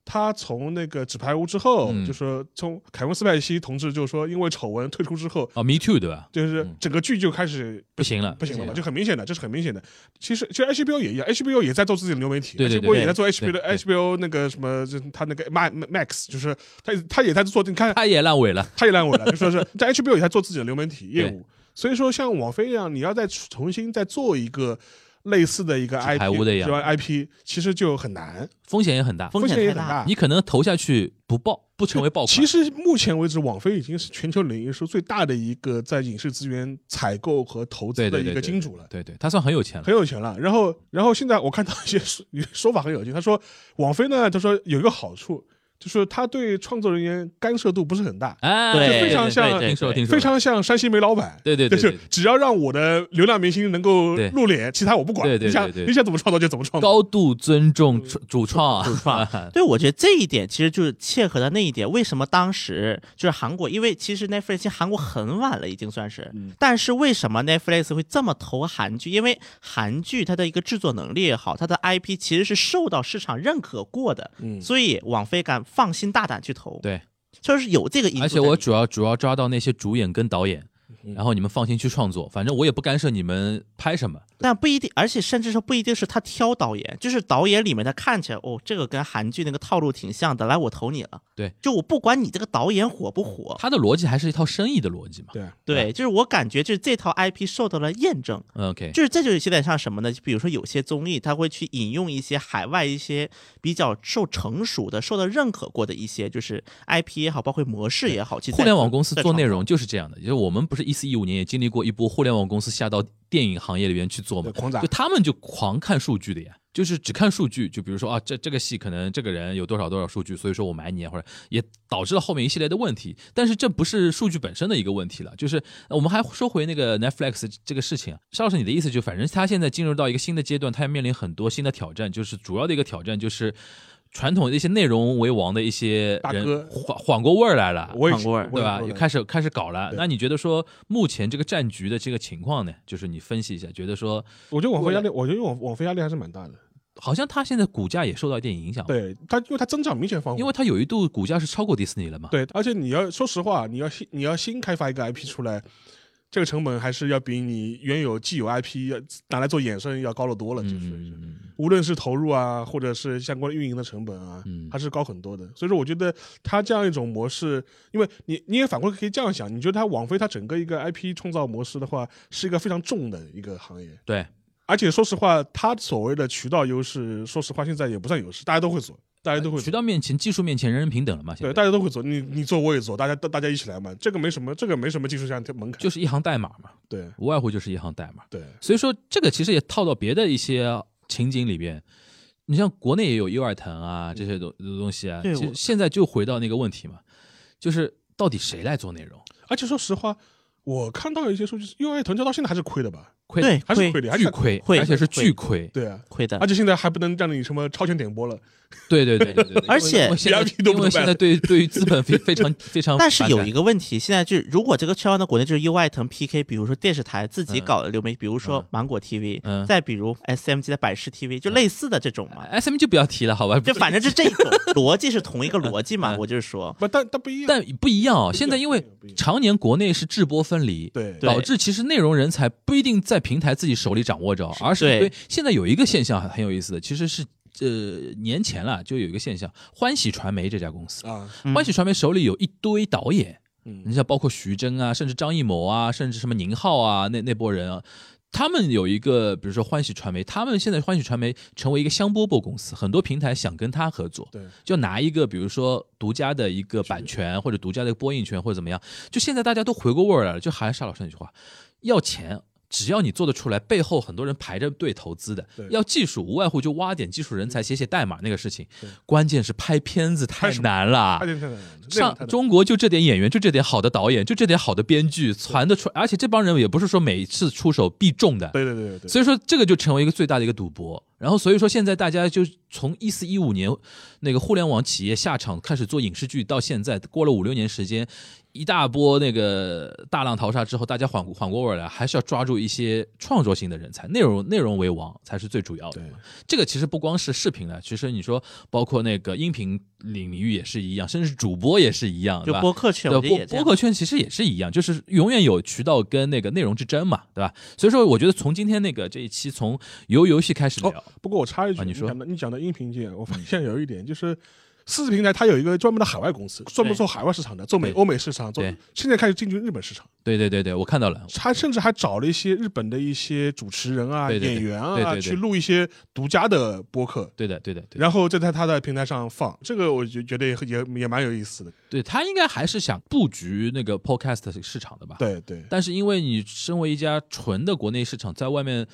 Speaker 4: 他从那个纸牌屋之后，
Speaker 3: 嗯
Speaker 4: 就说从凯文斯派西同志就是说因为丑闻退出之后，
Speaker 3: 啊，Me Too 对吧？
Speaker 4: 就是
Speaker 3: 嗯
Speaker 4: 整个剧就开始。
Speaker 3: 不行了，
Speaker 4: 不行了嘛，就很明显的，这是很明显的。其实，其实 HBO 也一样，HBO 也在做自己的流媒体
Speaker 3: 对对对
Speaker 4: ，HBO 也在做 HBO
Speaker 3: 对
Speaker 4: 的 HBO 那个什么，就是他那个 Ma- Max，就是他他也在做，你看
Speaker 3: 他也烂尾了，
Speaker 4: 他也烂尾了，就 说是在 HBO 也在做自己的流媒体业务，所以说像网飞一样，你要再重新再做一个类似的一个
Speaker 3: 纸
Speaker 4: IP，
Speaker 3: 牌屋的一样
Speaker 4: 就 IP，其实就很难，
Speaker 3: 风险也很大，
Speaker 2: 风
Speaker 4: 险也
Speaker 2: 险太
Speaker 4: 很
Speaker 2: 大。
Speaker 4: 大。
Speaker 3: 你可能投下去不爆，不成为爆款。
Speaker 4: 其实目前为止，网飞已经是全球领域是最大的一个在影视资源采购和投资
Speaker 3: 对
Speaker 4: 的
Speaker 3: 对
Speaker 4: 一
Speaker 3: 对
Speaker 4: 个
Speaker 3: 对
Speaker 4: 金主了。
Speaker 3: 对对，他算很有钱了。
Speaker 4: 很有钱了，然后，然后现在我看到一些 说说法很有趣，他说网飞呢，他说有一个好处，就是他对创作人员干涉度不是很大，
Speaker 3: 哎，
Speaker 2: 对
Speaker 4: 非常
Speaker 3: 对对
Speaker 4: 像
Speaker 3: 对听说
Speaker 2: 对
Speaker 3: 听说，
Speaker 4: 非常像山西煤老板，
Speaker 3: 对对对
Speaker 4: 就
Speaker 3: 对
Speaker 4: 是，只要让我的流量明星能够
Speaker 3: 对
Speaker 4: 露脸，其他我不管。
Speaker 3: 对对
Speaker 4: 你想
Speaker 3: 对对
Speaker 4: 你想怎么创造就怎么创造。
Speaker 3: 高度尊 重主主创啊，
Speaker 2: 主创对，我觉得这一点其实就是切合到那一点，为什么当时就是韩国，因为其实 Netflix 进韩国很晚了，已经算是，
Speaker 3: 嗯
Speaker 2: 但是为什么 Netflix 会这么投韩剧？因为韩剧它的一个制作能力也好，它的 IP 其实是受到市场认可过的，
Speaker 4: 嗯
Speaker 2: 所以网飞敢放心大胆去投，
Speaker 3: 对，
Speaker 2: 就是有这个因素在
Speaker 3: 而
Speaker 2: 里
Speaker 3: 且
Speaker 2: 面。嗯
Speaker 3: 我主要主要抓到那些主演跟导演，然后你们放心去创作，反正我也不干涉你们拍什么。
Speaker 2: 但不一定，而且甚至说不一定是他挑导演，就是导演里面他看起来哦，这个跟韩剧那个套路挺像的，来我投你了。
Speaker 3: 对，
Speaker 2: 就我不管你这个导演火不火，
Speaker 3: 他的逻辑还是一套生意的逻辑嘛。
Speaker 4: 对，
Speaker 2: 哦对，就是我感觉就是这套 IP 受到了验证，
Speaker 3: 嗯 OK，
Speaker 2: 就是这就有点像什么呢？就比如说有些综艺，它会去引用一些海外一些比较受成熟的、受到认可过的一些，就是 IP 也好，包括模式也好，去
Speaker 3: 互联网公司做内
Speaker 2: 容。
Speaker 3: 容就是这样的，就是我们不是一四一五年也经历过一波互联网公司下到电影行业里边去做嘛
Speaker 4: 对，狂砸
Speaker 3: 就他们就狂看数据的呀，就是只看数据，就比如说啊，这这个戏可能这个人有多少多少数据，所以说我买你啊，或者也导致了后面一系列的问题。但是这不是数据本身的一个问题了，就是呃我们还说回那个 Netflix 这个事情啊，邵老师你的意思就反正他现在进入到一个新的阶段，他要面临很多新的挑战，就是主要的一个挑战就是。传统的一些内容为王的一些
Speaker 4: 大
Speaker 3: 人
Speaker 4: 哥
Speaker 3: 缓缓过味儿来了，
Speaker 4: 我也
Speaker 2: 换过味儿
Speaker 3: 对吧？
Speaker 4: 也
Speaker 3: 也开始开始搞了。
Speaker 4: 对
Speaker 3: 那你觉得说目前这个战局的这个情况呢？就是你分析一下，觉得说
Speaker 4: 我觉得网飞压力，我觉得网网飞压力还是蛮大的。
Speaker 3: 好像它现在股价也受到一点影响，，
Speaker 4: 对它，因为它增长明显放缓，
Speaker 3: 因为它有一度股价是超过迪士尼了嘛。
Speaker 4: 对，而且你要说实话，你要新你要新开发一个 IP 出来，这个成本还是要比你原有既有 IP 要拿来做衍生要高得多了，就是、
Speaker 3: 嗯，
Speaker 4: 无论是投入啊，或者是相关运营的成本啊，
Speaker 3: 嗯
Speaker 4: 还是高很多的。所以说，我觉得它这样一种模式，因为你你也反过来可以这样想，你觉得它网飞它整个一个 IP 创造模式的话，是一个非常重的一个行业。
Speaker 3: 对，
Speaker 4: 而且说实话，它所谓的渠道优势，说实话现在也不算优势，大家都会做，大家都会做
Speaker 3: 渠。道面前、技术面前人人平等了嘛。现
Speaker 4: 对，
Speaker 3: 在
Speaker 4: 大家都会做，你你做我也做，大家大大家一起来嘛，这个没什么，这个没什么技术上的门槛。
Speaker 3: 就是一行代码嘛，
Speaker 4: 对
Speaker 3: 无外乎就是一行代码。
Speaker 4: 对，
Speaker 3: 所以说这个其实也套到别的一些情景里边。你像国内也有优尔腾啊这些东东西啊，
Speaker 2: 对
Speaker 3: 其实
Speaker 2: 我
Speaker 3: 现在就回到那个问题嘛，就是到底谁来做内容？
Speaker 4: 而且说实话，我看到一些数据，因为腾讯到现在还是亏的吧？
Speaker 3: 亏
Speaker 2: 对，
Speaker 4: 还是
Speaker 2: 会
Speaker 4: 亏的，还
Speaker 3: 巨
Speaker 4: 是
Speaker 3: 亏，
Speaker 2: 会
Speaker 3: 而且是巨亏。
Speaker 4: 对啊。
Speaker 2: 会的
Speaker 4: 而。且现在还不能让你什么超前点播了，
Speaker 3: 对对对对对，对
Speaker 2: 而且
Speaker 3: 因为现在
Speaker 4: VIP 都不
Speaker 3: 因
Speaker 4: 能
Speaker 3: 为现在
Speaker 4: 办
Speaker 3: 对对于资本非非常非 常，
Speaker 2: 但是有一
Speaker 3: 个
Speaker 2: 个问题，现在就是如果这个圈外的国内就是优爱腾 PK，比如说电视台自己
Speaker 3: 嗯
Speaker 2: 搞的流媒，比如说
Speaker 3: 嗯
Speaker 2: 芒果 TV，、
Speaker 3: 嗯
Speaker 2: 再比如 SMG 的百视 TV，就类似的这种嘛。
Speaker 3: 哎 S M 就不要提了，好吧？
Speaker 2: 就反正是这 种逻辑是同一个逻辑嘛，
Speaker 3: 嗯
Speaker 2: 我就是说，
Speaker 4: 不，但但不一样。
Speaker 3: 但不一样哦，现在因为
Speaker 4: 不一样
Speaker 3: 常年国内是制播分离，
Speaker 4: 对
Speaker 2: 对
Speaker 3: 导致其实内容人才不一定在平台自己手里掌握着，而是
Speaker 2: 对
Speaker 3: 对现在有一个现象很很有意思的，其实是呃年前了就有一个现象，欢喜传媒这家公司，
Speaker 4: 啊，
Speaker 2: 嗯
Speaker 3: 欢喜传媒手里有一堆导演，
Speaker 4: 嗯
Speaker 3: 你像包括徐峥啊，甚至张艺谋啊，甚至什么宁浩啊，那那波人啊。他们有一个，比如说欢喜传媒，他们现在欢喜传媒成为一个香饽饽公司，很多平台想跟他合作，
Speaker 4: 对，
Speaker 3: 就拿一个比如说独家的一个版权或者独家的播映权或者怎么样，就现在大家都回过味儿来了，就还是沙老师那句话，要钱。只要你做得出来，背后很多人排着队投资的
Speaker 4: 对。
Speaker 3: 要技术，无外乎就挖点技术人才，写写代码那个事情
Speaker 4: 对。
Speaker 3: 关键是拍片子太
Speaker 4: 拍什么
Speaker 3: 难了
Speaker 4: 太，简单了，那个太
Speaker 3: 上
Speaker 4: 难
Speaker 3: 中国就这点演员，就这点好的导演，就这点好的编剧传得出来，而且这帮人也不是说每次出手必中的，
Speaker 4: 对对对对对，
Speaker 3: 所以说这个就成为一个最大的一个赌博。然后所以说现在大家就从一四一五年那个互联网企业下场开始做影视剧，到现在过了五六年时间，一大波那个大浪淘沙之后，大家缓缓过味儿来，还是要抓住一些创作性的人才，内容内容为王才是最主要的
Speaker 4: 对。
Speaker 3: 这个其实不光是视频了，啊其实你说包括那个音频领领域也是一样，甚至主播也是一样，
Speaker 2: 就
Speaker 3: 对吧？
Speaker 2: 播客圈，
Speaker 3: 对
Speaker 2: 我觉得也这
Speaker 3: 播
Speaker 2: 样
Speaker 3: 播客圈其实也是一样，就是永远有渠道跟那个内容之争嘛，对吧？所以说，我觉得从今天那个这一期从游游戏开始聊，
Speaker 4: 不过我插一句，
Speaker 3: 啊你说
Speaker 4: 讲的你讲的音频界，我发现有一点就是。四四平台它有一个专门的海外公司，专门做海外市场的，做美
Speaker 3: 对
Speaker 4: 欧美市场，做
Speaker 3: 对
Speaker 4: 现在开始进军日本市场。
Speaker 3: 对对对对，我看到了，
Speaker 4: 他甚至还找了一些日本的一些主持人啊、
Speaker 3: 对对对
Speaker 4: 演员啊
Speaker 3: 对对对
Speaker 4: 去录一些独家的播客，
Speaker 3: 对的对的对的，
Speaker 4: 然后再在他的平台上放。这个我就觉得也也也蛮有意思的。
Speaker 3: 对他应该还是想布局那个 podcast 市场的吧？。
Speaker 4: 对对
Speaker 3: 但是因为你身为一家纯的国内市场，在外面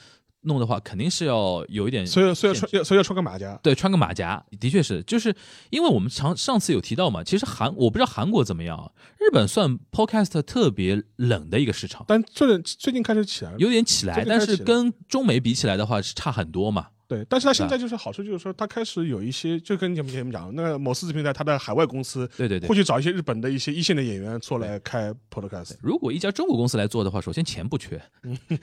Speaker 3: 弄的话，肯定是要有一点
Speaker 4: 所以所以要穿要所以要穿个马甲，
Speaker 3: 对，穿个马甲，的确是，就是因为我们常上次有提到嘛，其实韩我不知道韩国怎么样，啊，日本算 podcast 特别冷的一个市场，
Speaker 4: 但最近最近开始起来了。
Speaker 3: 有点起来
Speaker 4: 这，个
Speaker 3: 但
Speaker 4: 开
Speaker 3: 是
Speaker 4: 始了
Speaker 3: 跟中美比起来的话是差很多嘛。
Speaker 4: 对，但是
Speaker 3: 啊
Speaker 4: 他现在就是好处就是说，他开始有一些就跟你们前面讲，那个某四四平台他的海外公司
Speaker 3: 对对对
Speaker 4: 会。去找一些日本的一些一线的演员做来开 podcast。
Speaker 3: 如果一家中国公司来做的话，首先钱不缺，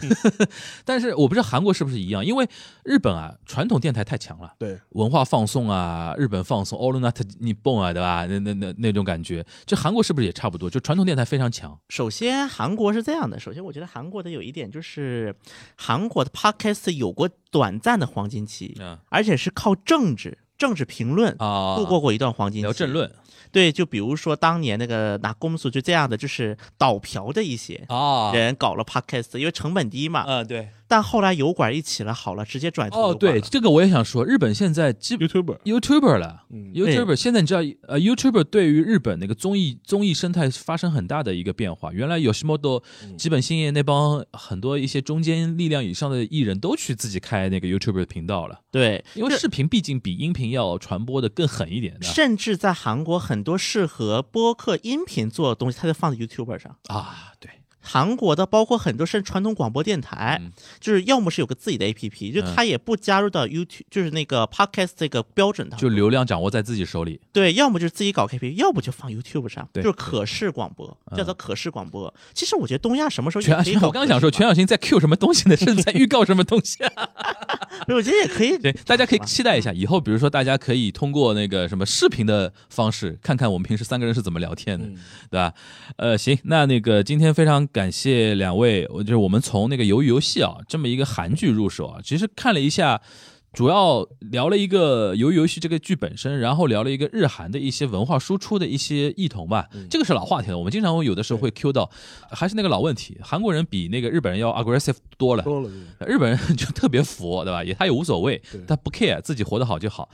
Speaker 3: 但是我不知道韩国是不是一样，因为日本啊，传统电台太强了，
Speaker 4: 对，
Speaker 3: 文化放送啊，日本放送 all night 你蹦啊，对吧？那那那那种感觉，这韩国是不是也差不多？就传统电台非常强，
Speaker 2: 首先，韩国是这样的。首先，我觉得韩国的有一点就是，韩国的 podcast 有过短暂的黄金期，
Speaker 3: 嗯
Speaker 2: 而且是靠政治、政治评论
Speaker 3: 啊，
Speaker 2: 度过过一段黄金期。
Speaker 3: 聊政论
Speaker 2: 对，就比如说当年那个拿公诉就这样的，就是倒嫖的一些
Speaker 3: 啊，
Speaker 2: 人搞了 podcast，因为成本低嘛。
Speaker 3: 嗯对，但
Speaker 2: 但后来油管一起了，好了，直接转投
Speaker 3: 哦
Speaker 2: 油管
Speaker 3: 对，
Speaker 2: 了
Speaker 3: 这个我也想说，日本现在基本。
Speaker 4: YouTuber，
Speaker 3: YouTuber 了
Speaker 4: 嗯
Speaker 3: ，YouTuber
Speaker 2: 对
Speaker 3: 现在你知道，呃，YouTuber 对于日本那个综艺综艺生态发生很大的一个变化。原来有什么都基本兴业那帮很多一些中间力量以上的艺人都去自己开那个 YouTuber 频道了，
Speaker 2: 对，
Speaker 3: 因为视频毕竟比音频要传播的更狠一点的
Speaker 2: 甚至在韩国很多适合播客音频做的东西，它就放在 YouTube 上。
Speaker 3: 啊，对，
Speaker 2: 韩国的包括很多甚至传统广播电台，
Speaker 3: 嗯
Speaker 2: 就是要么是有个自己的 APP，就它也不加入到 YouTube，就是那个 Podcast 这个标准当
Speaker 3: 就
Speaker 2: 中，
Speaker 3: 流量掌握在自己手里，
Speaker 2: 对，要么就是自己搞 KP，要不就放 YouTube 上，
Speaker 3: 对嗯
Speaker 2: 就是可视广播，叫做可视广播。其实我觉得东亚什么时候
Speaker 3: 全啊
Speaker 2: 也可以搞，
Speaker 3: 我刚想说全，小新在 Q 什么东西呢？是在预告什么东西啊？
Speaker 2: 对，我觉得也可以，
Speaker 3: 对，大家可以期待一下，以后比如说大家可以通过那个什么视频的方式，看看我们平时三个人是怎么聊天的，对吧？呃，行，那那个今天非常感谢两位，我就是我们从那个《鱿鱼游戏》啊这么一个韩剧入手啊，其实看了一下。主要聊了一个《鱿鱼游戏》这个剧本身，然后聊了一个日韩的一些文化输出的一些异同吧。这个是老话题了，我们经常会有的时候会 Q 到，还是那个老问题，韩国人比那个日本人要 aggressive 多了。
Speaker 4: 多了，
Speaker 3: 日本人 就特别佛，对吧？也他也无所谓
Speaker 4: 对，
Speaker 3: 他不 care，自己活得好就好。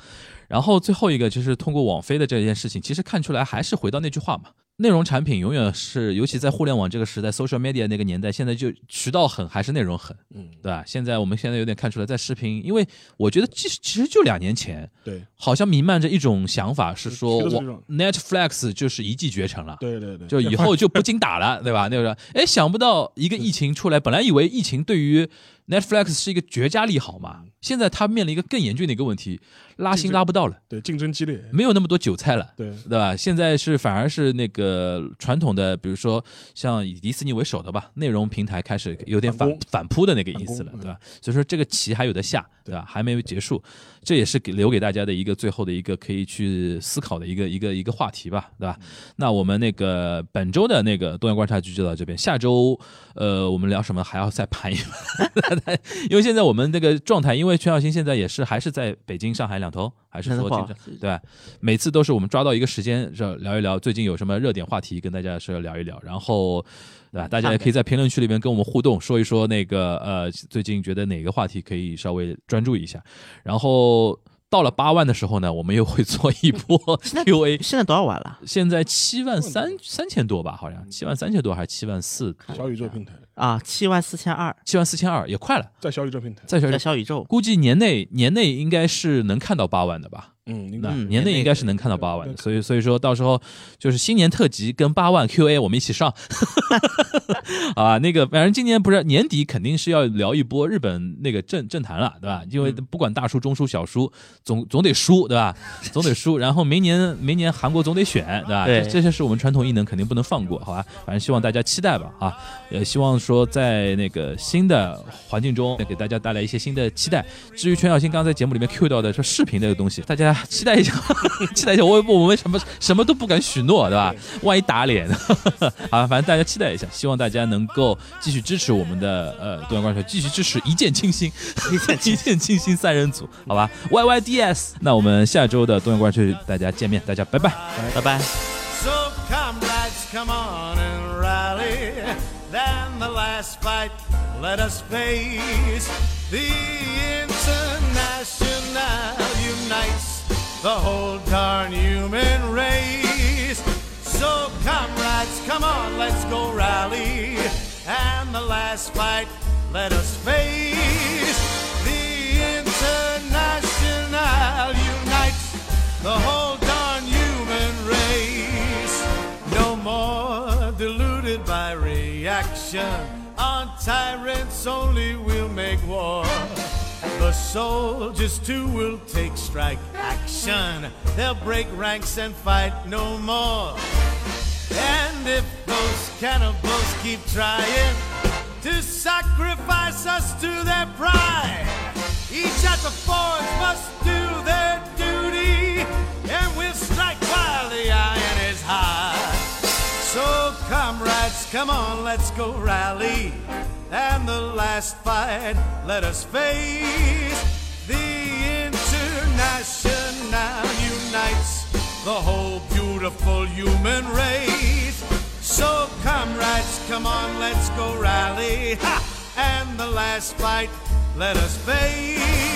Speaker 3: 然后最后一个就是通过网飞的这件事情，其实看出来还是回到那句话嘛，内容产品永远是，尤其在互联网这个时代，social media 那个年代，现在就渠道狠还是内容狠，
Speaker 4: 嗯，
Speaker 3: 对吧？现在我们现在有点看出来，在视频，因为我觉得其实其实就两年前，
Speaker 4: 对
Speaker 3: 好像弥漫着一种想法是说，
Speaker 4: 嗯就是
Speaker 3: 我
Speaker 4: 这种
Speaker 3: Netflix 就是一骑绝尘了，
Speaker 4: 对对对，
Speaker 3: 就以后就不精打了，对吧？那个，哎，想不到一个疫情出来，本来以为疫情对于 Netflix 是一个绝佳利好嘛，现在它面临一个更严峻的一个问题，拉新拉不到了，
Speaker 4: 对竞争激烈，
Speaker 3: 没有那么多韭菜了。
Speaker 4: 对
Speaker 3: 对吧？现在是反而是那个传统的，比如说像以迪士尼为首的吧，内容平台开始有点
Speaker 4: 反
Speaker 3: 反
Speaker 4: 攻
Speaker 3: 反扑的那个意思了，
Speaker 4: 反攻嗯
Speaker 3: 对吧？所以说这个棋还有的下，对吧？还没有结束，这也是给留给大家的一个最后的一个可以去思考的一个一个一个话题吧，对吧？那我们那个本周的那个东亚观察局就到这边，下周呃我们聊什么还要再盘一盘， 因为现在我们那个状态，因为全小新现在也是还是在北京、上海两头，还是
Speaker 2: 那
Speaker 3: 说
Speaker 2: 不
Speaker 3: 经
Speaker 2: 好
Speaker 3: 常对吧？每次都是我们抓到一个时间，这聊一聊最近有什么热点话题，跟大家是聊一聊，然后。对吧？大家也可以在评论区里面跟我们互动，说一说那个呃，最近觉得哪个话题可以稍微专注一下。然后到了八万的时候呢，我们又会做一 波
Speaker 2: 在
Speaker 3: Q&A。
Speaker 2: 现在多少晚了
Speaker 3: 现在七万三三千多吧，好像七万三千多还是七万四，
Speaker 4: 小宇宙平台，
Speaker 2: 啊？七万四千二，
Speaker 3: 七万四千二也快了。
Speaker 4: 在小宇宙平台，
Speaker 3: 再说
Speaker 2: 在，小宇宙，
Speaker 3: 估计年内年内应该是能看到八万的吧？
Speaker 4: 嗯，应
Speaker 3: 那
Speaker 2: 嗯
Speaker 3: 年内应该是能看到八万的，所以所以说到时候就是新年特辑跟八万 Q&A 我们一起 上啊，那个反正今年不是年底肯定是要聊一波日本那个政政坛了，对吧？因为不管大叔、中叔、小叔，总总得输，对吧？总得输，然后明年明年韩国总得选，对吧？
Speaker 2: 对
Speaker 3: 这这些是我们传统异能肯定不能放过，好吧？反正希望大家期待吧，啊，也希望说在那个新的环境中给大家带来一些新的期待。至于全小新刚才节目里面 Q 到的说视频这个东西，大家期待一下， 期待一下，我我们什么什么都不敢许诺，对吧？万一打脸， 啊，反正大家期待一下，希望大家能够继续支持我们的呃多元观察，继续支持一见倾心， 一见一见倾心三人组，好吧？Y Y D S，那我们下周的多元观察局大家见面，大家拜拜。
Speaker 2: 拜拜。
Speaker 1: So comrades, come on and rally. Then the last fight, let us face. The international unites the whole darn human race. So comrades, come on, let's go rally. And the last fight, let us face. The international unites the whole darn human race. No more deluded by reaction. On tyrants only we'll make war. The soldiers too will take strike action. They'll break ranks and fight no more. And if those cannibals keep trying to sacrifice us to their pride, each at the forge must do their duty, and we'll strike while the iron is hot. So, comrades, come on, let's go rally. And the last fight, let us face. The international unites the whole beautiful human race. So, comrades, come on, let's go rally. Ha! And the last fight, let us face.